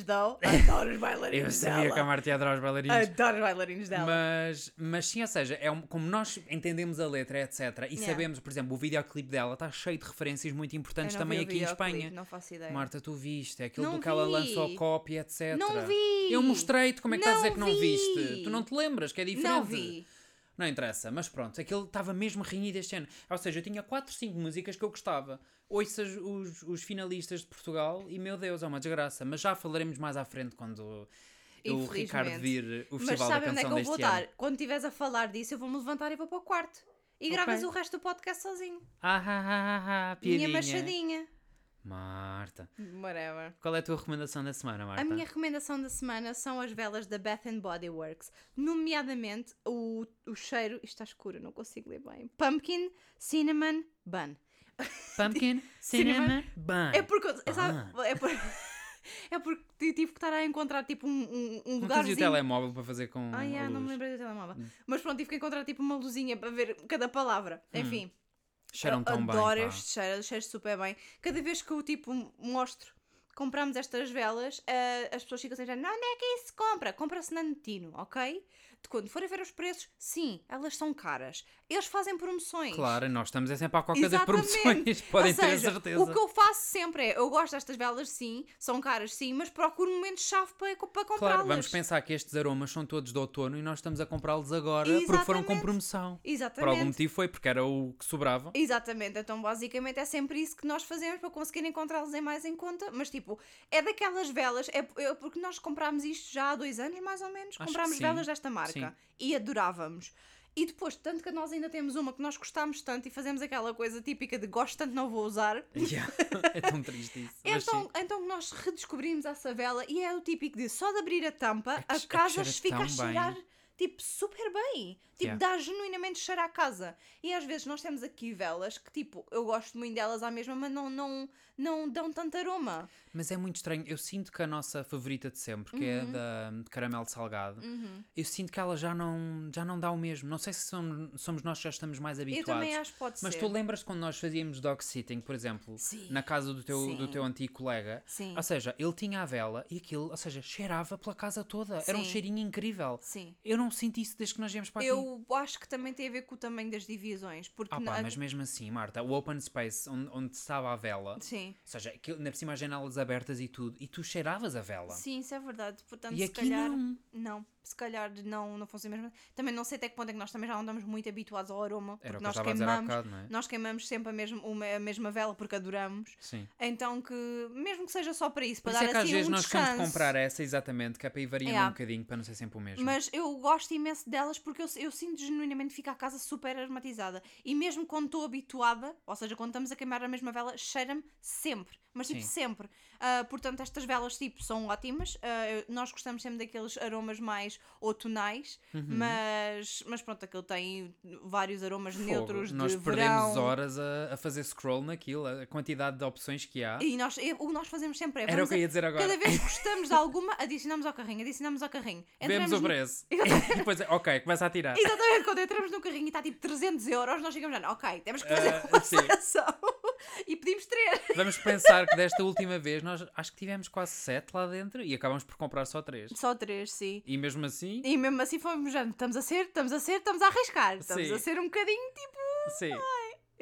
Speaker 2: dela. Adoro os bailarinos
Speaker 1: Eu sabia
Speaker 2: dela.
Speaker 1: que a Marta ia adorar os bailarinos.
Speaker 2: Adoro os bailarinos dela.
Speaker 1: Mas, mas sim, ou seja, é um- como nós entendemos a letra, etc. E
Speaker 2: Yeah.
Speaker 1: sabemos, por exemplo, o videoclipe dela está cheio de referências muito importantes também aqui em Espanha.
Speaker 2: Não faço ideia.
Speaker 1: Marta, tu viste, é aquilo
Speaker 2: Não
Speaker 1: do que ela
Speaker 2: vi.
Speaker 1: lançou cópia, etc.
Speaker 2: Não vi.
Speaker 1: Eu mostrei-te, como é que estás a dizer que
Speaker 2: Não
Speaker 1: não
Speaker 2: vi.
Speaker 1: viste? Tu não te lembras, que é diferente.
Speaker 2: Não vi.
Speaker 1: Não interessa, mas pronto, aquilo estava mesmo renhido este ano. Ou seja, eu tinha 4, 5 músicas que eu gostava. Ouço as- os, os finalistas de Portugal e, meu Deus, é uma desgraça. Mas já falaremos mais à frente quando eu, o Ricardo,
Speaker 2: Infelizmente.
Speaker 1: vir o
Speaker 2: Mas
Speaker 1: Festival da
Speaker 2: sabem onde é que
Speaker 1: Canção
Speaker 2: eu vou
Speaker 1: deste
Speaker 2: estar?
Speaker 1: ano.
Speaker 2: Quando estiveres a falar disso, eu vou-me levantar e vou para o quarto. E
Speaker 1: Ok.
Speaker 2: gravas o resto do podcast sozinho.
Speaker 1: Ah, ah, ah, ah, ah, piadinha.
Speaker 2: Minha machadinha.
Speaker 1: Marta,
Speaker 2: Whatever.
Speaker 1: qual é a tua recomendação da semana, Marta?
Speaker 2: A minha recomendação da semana são as velas da Bath and Body Works, nomeadamente o, o cheiro, isto está escuro, não consigo ler bem, Pumpkin Cinnamon Bun.
Speaker 1: Pumpkin Cinnamon Bun.
Speaker 2: É porque, eu- sabe,
Speaker 1: Bun.
Speaker 2: é por- é porque tive que estar a encontrar tipo um, um, um
Speaker 1: Não tens o
Speaker 2: lugarzinho
Speaker 1: telemóvel para fazer com
Speaker 2: Ah, yeah,
Speaker 1: a
Speaker 2: não
Speaker 1: luz.
Speaker 2: me
Speaker 1: Hum.
Speaker 2: lembrei do telemóvel. Mas pronto, tive que encontrar tipo uma luzinha para ver cada palavra.
Speaker 1: Hum.
Speaker 2: Enfim,
Speaker 1: Cheiram
Speaker 2: eu
Speaker 1: tão bem,
Speaker 2: adoro
Speaker 1: pá.
Speaker 2: este cheiro, este cheiro super bem. Cada vez que eu tipo mostro, compramos estas velas, ah, as pessoas ficam assim, "Não, onde é que isso se compra? Compra-se na Notino, ok? De quando forem ver os preços, sim, elas são caras. Eles fazem promoções.
Speaker 1: Claro, nós estamos é sempre à qualquer das
Speaker 2: Exatamente.
Speaker 1: promoções, podem
Speaker 2: Ou seja,
Speaker 1: ter a certeza.
Speaker 2: O que eu faço sempre é, eu gosto destas velas, sim, são caras, sim, mas procuro momentos-chave para, para comprá-las.
Speaker 1: Claro, vamos pensar que estes aromas são todos de outono e nós estamos a comprá-los agora porque foram com
Speaker 2: Exatamente.
Speaker 1: promoção. Por
Speaker 2: Exatamente.
Speaker 1: algum motivo foi, porque era o que sobrava.
Speaker 2: Exatamente, então basicamente é sempre isso que nós fazemos para conseguir encontrá-los em mais em conta, mas tipo, é daquelas velas, é, é porque nós comprámos isto já há dois anos mais ou menos,
Speaker 1: Acho que
Speaker 2: comprámos
Speaker 1: sim,
Speaker 2: velas desta marca
Speaker 1: sim.
Speaker 2: e adorávamos. E depois, tanto que nós ainda temos uma que nós gostámos tanto e fazemos aquela coisa típica de gosto tanto, não vou usar.
Speaker 1: Yeah. É tão triste isso. mas sim.
Speaker 2: Então, então nós redescobrimos a savela e é o típico de só de abrir a tampa,
Speaker 1: É que
Speaker 2: a
Speaker 1: che- a que
Speaker 2: casa
Speaker 1: cheira
Speaker 2: fica
Speaker 1: tão
Speaker 2: a
Speaker 1: bem.
Speaker 2: cheirar tipo super bem. Tipo,
Speaker 1: Yeah.
Speaker 2: dá genuinamente cheiro à casa. E às vezes nós temos aqui velas que tipo, eu gosto muito delas à mesma, mas não, não, não dão tanto aroma.
Speaker 1: Mas é muito estranho. Eu sinto que a nossa favorita de sempre, que
Speaker 2: Uhum.
Speaker 1: é da de caramelo salgado, eu sinto que ela já não, já não dá o mesmo. Não sei se somos, somos nós que já estamos mais
Speaker 2: Eu
Speaker 1: habituados.
Speaker 2: também acho que pode
Speaker 1: Mas
Speaker 2: ser.
Speaker 1: tu lembras quando nós fazíamos dog sitting, por exemplo,
Speaker 2: Sim.
Speaker 1: na casa do teu, do
Speaker 2: Sim.
Speaker 1: teu antigo colega?
Speaker 2: Sim.
Speaker 1: Ou seja, ele tinha a vela e aquilo, ou seja, cheirava pela casa toda. Era um
Speaker 2: Sim.
Speaker 1: cheirinho incrível.
Speaker 2: Sim.
Speaker 1: Eu não sinto isso desde que nós viemos para aqui.
Speaker 2: Eu acho que também tem a ver com o tamanho das divisões. Porque
Speaker 1: Ah
Speaker 2: na-
Speaker 1: pá, mas mesmo assim, Marta, o open space onde, onde estava a vela, ou
Speaker 2: Sim.
Speaker 1: seja, aquilo, na por cima as janelas abertas e tudo, e tu cheiravas a vela.
Speaker 2: Sim, isso é verdade. Portanto,
Speaker 1: E
Speaker 2: se
Speaker 1: aqui
Speaker 2: calhar.
Speaker 1: não.
Speaker 2: se calhar não, não funciona mesmo. Também não sei até que ponto é que nós também já não andamos muito habituados ao aroma. Porque
Speaker 1: Era o que eu
Speaker 2: nós
Speaker 1: estava a dizer há
Speaker 2: queimamos.
Speaker 1: bocado, não é?
Speaker 2: Nós queimamos sempre a, mesmo, uma- a mesma vela porque adoramos.
Speaker 1: Sim.
Speaker 2: Então que, mesmo que seja só para isso,
Speaker 1: Por
Speaker 2: para
Speaker 1: isso
Speaker 2: dar
Speaker 1: é que
Speaker 2: assim
Speaker 1: às vezes
Speaker 2: um
Speaker 1: nós
Speaker 2: descanso.
Speaker 1: vamos comprar essa, exatamente, que é para ir variando
Speaker 2: Yeah.
Speaker 1: um bocadinho, para não ser sempre o mesmo.
Speaker 2: Mas eu gosto imenso delas porque eu, eu sinto genuinamente ficar a casa super aromatizada. E mesmo quando estou habituada, ou seja, quando estamos a queimar a mesma vela, cheira-me sempre. Mas tipo
Speaker 1: Sim.
Speaker 2: sempre. Ah, portanto, estas velas tipo são ótimas. Ah, eu- nós gostamos sempre daqueles aromas mais outonais,
Speaker 1: Uhum.
Speaker 2: mas, mas pronto, aquele tem vários aromas
Speaker 1: Fogo,
Speaker 2: neutros
Speaker 1: nós
Speaker 2: de
Speaker 1: perdemos
Speaker 2: verão.
Speaker 1: horas a, a fazer scroll naquilo, a a quantidade de opções que há.
Speaker 2: E nós, e- o que nós fazemos sempre é.
Speaker 1: Era o
Speaker 2: vamos
Speaker 1: que eu ia dizer agora.
Speaker 2: Cada vez que gostamos de alguma, adicionamos ao carrinho, adicionamos ao carrinho.
Speaker 1: Vemos o
Speaker 2: no-
Speaker 1: preço. e depois, é, ok, começa a tirar.
Speaker 2: Exatamente, quando entramos no carrinho e está tipo 300 euros, nós chegamos já, ok, temos que fazer
Speaker 1: Ah,
Speaker 2: uma
Speaker 1: sim.
Speaker 2: seleção e pedimos três.
Speaker 1: Vamos pensar que desta última vez nós acho que tivemos quase sete lá dentro e acabamos por comprar só três.
Speaker 2: Só três, sim.
Speaker 1: E mesmo assim,
Speaker 2: E mesmo assim fomos já, estamos a ser, estamos a ser, estamos a arriscar, estamos
Speaker 1: Sim.
Speaker 2: a ser um bocadinho tipo.
Speaker 1: sim.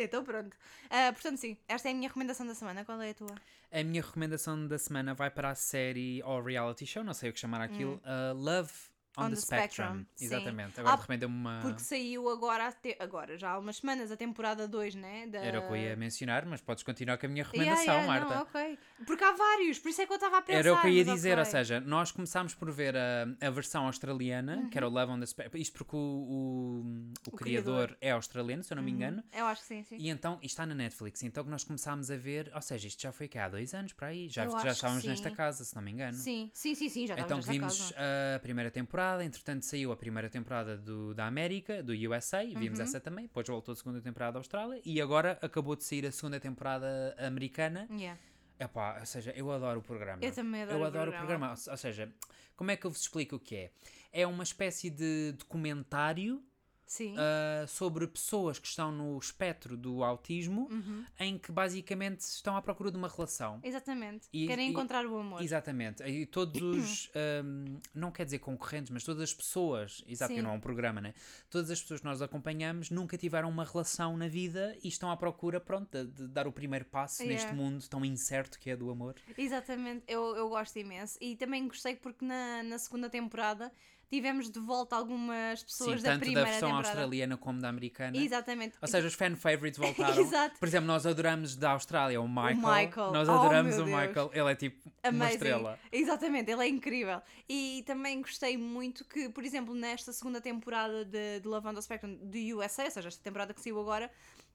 Speaker 2: Então pronto. Ah, portanto, sim, esta é a minha recomendação da semana, qual é a tua?
Speaker 1: A minha recomendação da semana vai para a série ou reality show, não sei o que chamar aquilo,
Speaker 2: Hum.
Speaker 1: uh, Love on, the, Spectrum.
Speaker 2: sim.
Speaker 1: Exatamente. Agora
Speaker 2: Ah,
Speaker 1: de repente deu-me uma.
Speaker 2: Porque saiu agora, até, agora, já há umas semanas, a temporada 2, né? Da...
Speaker 1: Era o que eu ia mencionar, mas podes continuar com a minha
Speaker 2: Yeah,
Speaker 1: recomendação,
Speaker 2: yeah,
Speaker 1: Marta.
Speaker 2: Não, ok. Porque há vários, por isso é que eu estava a pensar.
Speaker 1: Era o que eu ia
Speaker 2: mas
Speaker 1: dizer, ou
Speaker 2: ok.
Speaker 1: seja, nós começámos por ver a, a versão australiana, que era o Love on the Spectrum, isto porque o, o, o
Speaker 2: Uhum. O
Speaker 1: criador,
Speaker 2: criador.
Speaker 1: é australiano, se eu não me engano,
Speaker 2: Eu acho que sim, sim.
Speaker 1: e então, e está na Netflix, então que nós começámos a ver, ou seja, isto já foi que há dois anos para aí, já,
Speaker 2: Eu
Speaker 1: já
Speaker 2: acho que
Speaker 1: estávamos
Speaker 2: sim.
Speaker 1: nesta casa, se não me engano.
Speaker 2: Sim, sim, sim, sim, já estávamos
Speaker 1: Então
Speaker 2: nesta
Speaker 1: vimos
Speaker 2: casa.
Speaker 1: a primeira temporada, entretanto saiu a primeira temporada do, da América, do USA, e
Speaker 2: Uhum.
Speaker 1: vimos essa também, depois voltou a segunda temporada da Austrália, e agora acabou de sair a segunda temporada americana,
Speaker 2: Yeah.
Speaker 1: Epá, ou seja, eu adoro o programa.
Speaker 2: Hum. Eu também adoro
Speaker 1: Eu
Speaker 2: o
Speaker 1: adoro o
Speaker 2: programa.
Speaker 1: programa. Ou- Ou seja, como é que eu vos explico o que é? É uma espécie de documentário
Speaker 2: Sim.
Speaker 1: ah, sobre pessoas que estão no espectro do autismo
Speaker 2: Hum.
Speaker 1: em que basicamente estão à procura de uma relação.
Speaker 2: Exatamente.
Speaker 1: E-
Speaker 2: Querem
Speaker 1: e-
Speaker 2: encontrar o É amor.
Speaker 1: Exatamente. E todos os. ahm, não quer dizer concorrentes, mas todas as pessoas. Exato, que
Speaker 2: Sim.
Speaker 1: não é um programa, né? Todas as pessoas que nós acompanhamos nunca tiveram uma relação na vida e estão à procura, pronto, de, de dar o primeiro passo neste
Speaker 2: Yeah.
Speaker 1: mundo tão incerto que é do amor.
Speaker 2: Exatamente. Eu, eu gosto imenso. E também gostei porque na, na segunda temporada tivemos de volta algumas pessoas
Speaker 1: Sim,
Speaker 2: da
Speaker 1: tanto
Speaker 2: primeira
Speaker 1: da versão
Speaker 2: temporada.
Speaker 1: australiana como da americana.
Speaker 2: Exatamente.
Speaker 1: Ou seja, os fan favorites voltaram.
Speaker 2: Exato.
Speaker 1: Por exemplo, nós adoramos da Austrália o Michael.
Speaker 2: Michael.
Speaker 1: Nós
Speaker 2: Oh,
Speaker 1: adoramos
Speaker 2: meu
Speaker 1: o
Speaker 2: Deus.
Speaker 1: Michael. Ele é tipo uma estrela.
Speaker 2: Exatamente, ele é incrível. E também gostei muito que, por exemplo, nesta segunda temporada de, de Love on the Spectrum do USA, ou seja, esta temporada que saiu agora,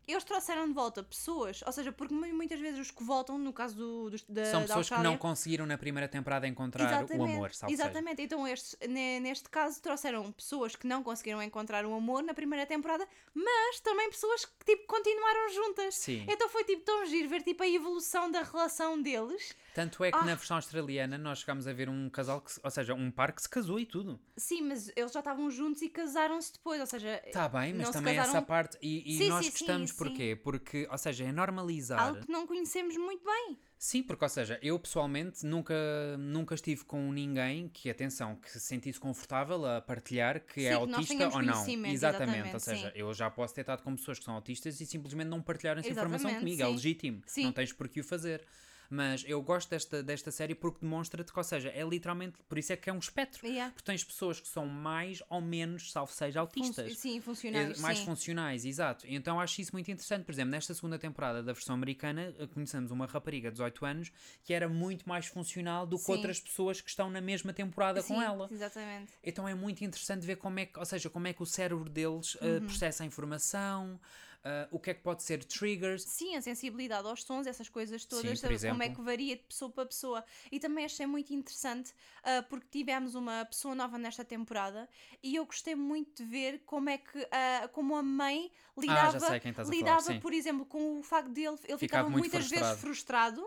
Speaker 2: eles trouxeram de volta pessoas, ou seja, porque mu- muitas vezes os que voltam, no caso do, dos, da,
Speaker 1: São pessoas
Speaker 2: da
Speaker 1: que
Speaker 2: Austrália,
Speaker 1: não conseguiram na primeira temporada encontrar o amor, salvo seja.
Speaker 2: Exatamente. Então, estes, ne- neste caso, trouxeram pessoas que não conseguiram encontrar o amor na primeira temporada, mas também pessoas que, tipo, continuaram juntas.
Speaker 1: Sim.
Speaker 2: Então foi, tipo, tão giro ver, tipo, a evolução da relação deles.
Speaker 1: Tanto é que
Speaker 2: Ah.
Speaker 1: na versão australiana nós chegámos a ver um casal, que, se- ou seja, um par que se casou e tudo.
Speaker 2: Sim, mas eles já estavam juntos e casaram-se depois, ou seja...
Speaker 1: Está Tá bem, mas
Speaker 2: não se
Speaker 1: também essa
Speaker 2: casaram-
Speaker 1: parte. E, e
Speaker 2: Sim,
Speaker 1: nós
Speaker 2: sim, sim,
Speaker 1: gostamos
Speaker 2: sim.
Speaker 1: porquê? Porque, ou seja, é normalizar.
Speaker 2: Algo que não conhecemos muito bem.
Speaker 1: Sim, porque, ou seja, eu pessoalmente nunca, nunca estive com ninguém que, atenção, que se sentisse confortável a partilhar que é
Speaker 2: Sim, que nós
Speaker 1: autista
Speaker 2: tenhamos
Speaker 1: ou não.
Speaker 2: conhecimento,
Speaker 1: ou
Speaker 2: exatamente,
Speaker 1: seja,
Speaker 2: sim.
Speaker 1: eu já posso ter estado com pessoas que são autistas e simplesmente não partilharem essa informação
Speaker 2: Exatamente,
Speaker 1: comigo, é
Speaker 2: sim.
Speaker 1: legítimo,
Speaker 2: Sim.
Speaker 1: não tens por que o fazer. Mas eu gosto desta, desta série porque demonstra-te que, ou seja, é literalmente, por isso é que é um espectro.
Speaker 2: Yeah.
Speaker 1: Porque tens pessoas que são mais ou menos, salvo seja, autistas.
Speaker 2: Fun- sim,
Speaker 1: É,
Speaker 2: funcionários.
Speaker 1: mais
Speaker 2: sim.
Speaker 1: funcionais, exato. Então acho isso muito interessante. Por exemplo, nesta segunda temporada da versão americana, eh, conhecemos uma rapariga de 18 anos que era muito mais funcional do que
Speaker 2: Sim.
Speaker 1: outras pessoas que estão na mesma temporada com
Speaker 2: Sim,
Speaker 1: ela.
Speaker 2: Exatamente.
Speaker 1: Então é muito interessante ver como é que, ou seja, como é que o cérebro deles eh,
Speaker 2: Uhum.
Speaker 1: processa a informação, eh, o que é que pode ser triggers.
Speaker 2: Sim, a sensibilidade aos sons, essas coisas todas,
Speaker 1: por
Speaker 2: sabe, como é
Speaker 1: exemplo.
Speaker 2: que varia de pessoa para pessoa. E também achei muito interessante ah, porque tivemos uma pessoa nova nesta temporada e eu gostei muito de ver como é que ah, como a mãe lidava,
Speaker 1: Ah, sei quem estás a falar,
Speaker 2: lidava
Speaker 1: sim.
Speaker 2: por exemplo, com o facto dele, ele ficava,
Speaker 1: Ficava muito
Speaker 2: muitas vezes frustrado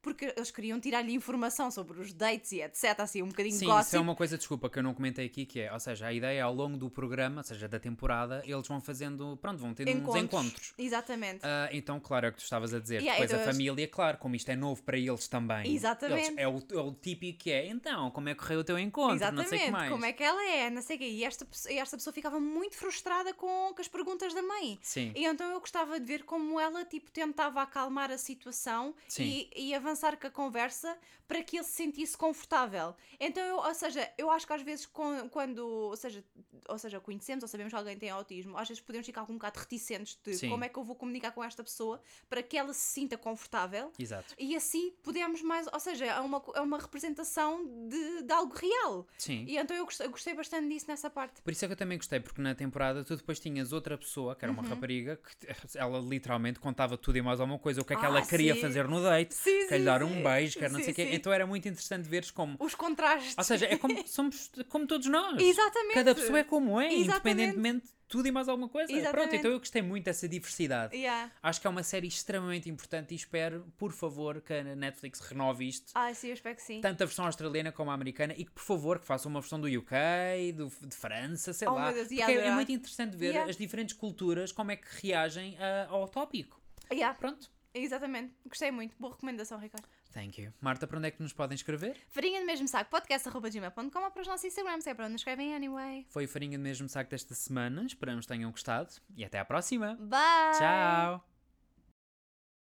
Speaker 2: porque eles queriam tirar-lhe informação sobre os dates e etc, assim, um bocadinho
Speaker 1: Sim,
Speaker 2: gossip.
Speaker 1: isso é uma coisa, desculpa, que eu não comentei aqui, que é, ou seja, a ideia é ao longo do programa, ou seja, da temporada, eles vão fazendo, pronto, vão tendo uns encontros.
Speaker 2: Exatamente.
Speaker 1: Ah, então, claro, é o que tu estavas a dizer.
Speaker 2: Yeah,
Speaker 1: Depois
Speaker 2: então
Speaker 1: a
Speaker 2: eles-
Speaker 1: família, claro, como isto é novo para eles também.
Speaker 2: Exatamente.
Speaker 1: eles- é, o, é o típico que é, então, como é que correu o teu encontro?
Speaker 2: Exatamente,
Speaker 1: não sei o que mais.
Speaker 2: como é que ela é, não sei o quê. E esta, pe- esta pessoa ficava muito frustrada com, com as perguntas da mãe.
Speaker 1: Sim.
Speaker 2: E então eu gostava de ver como ela tipo, tentava acalmar a situação
Speaker 1: Sim.
Speaker 2: e, e avançar com a conversa para que ele se sentisse confortável. Então, eu, ou seja, eu acho que às vezes com- quando ou seja, ou seja, conhecemos ou sabemos que alguém tem autismo, às vezes podemos ficar com um bocado reticentes de
Speaker 1: Sim.
Speaker 2: como é que eu vou comunicar com esta pessoa para que ela se sinta confortável.
Speaker 1: Exato.
Speaker 2: E assim podemos mais, ou seja, é uma, co- é uma representação de, de algo real.
Speaker 1: Sim.
Speaker 2: E então eu gostei, eu gostei bastante disso nessa parte.
Speaker 1: Por isso é que eu também gostei, porque na temporada tu depois tinhas outra pessoa, que era
Speaker 2: Uhum.
Speaker 1: uma rapariga, que t- ela literalmente contava tudo e mais alguma coisa, o que é que
Speaker 2: Ah,
Speaker 1: ela queria
Speaker 2: sim.
Speaker 1: fazer no date,
Speaker 2: Sim,
Speaker 1: quer lhe
Speaker 2: sim,
Speaker 1: dar
Speaker 2: sim.
Speaker 1: um beijo, quer não
Speaker 2: Sim,
Speaker 1: sei o quê.
Speaker 2: sim.
Speaker 1: Então era muito interessante veres como.
Speaker 2: Os contrastes.
Speaker 1: Ou seja, é como somos como todos nós.
Speaker 2: Exatamente.
Speaker 1: Cada pessoa é como é,
Speaker 2: Exatamente.
Speaker 1: independentemente de tudo e mais alguma coisa. Pronto,
Speaker 2: Exatamente.
Speaker 1: então eu gostei muito dessa diversidade.
Speaker 2: Yeah.
Speaker 1: Acho que é uma série extremamente importante e espero, por favor, que a Netflix renove isto.
Speaker 2: Ah, sim, eu espero que sim.
Speaker 1: Tanto a versão australiana como a americana, e que por favor que façam uma versão do UK, do, de França, sei
Speaker 2: Oh,
Speaker 1: lá.
Speaker 2: meu Deus, ia
Speaker 1: porque é, é
Speaker 2: adorar.
Speaker 1: muito interessante ver
Speaker 2: Yeah.
Speaker 1: as diferentes culturas como é que reagem a- ao tópico.
Speaker 2: Yeah,
Speaker 1: Pronto.
Speaker 2: Exatamente. Gostei muito. Boa recomendação, Ricardo.
Speaker 1: Thank you. Marta, para onde é que nos podem escrever?
Speaker 2: Farinha no mesmo saco, podcast.gmail.com ou para os nossos Instagrams, é para onde nos escrevem anyway.
Speaker 1: Foi o Farinha do mesmo saco desta semana. Esperamos que tenham gostado e até à próxima.
Speaker 2: Bye!
Speaker 1: Tchau!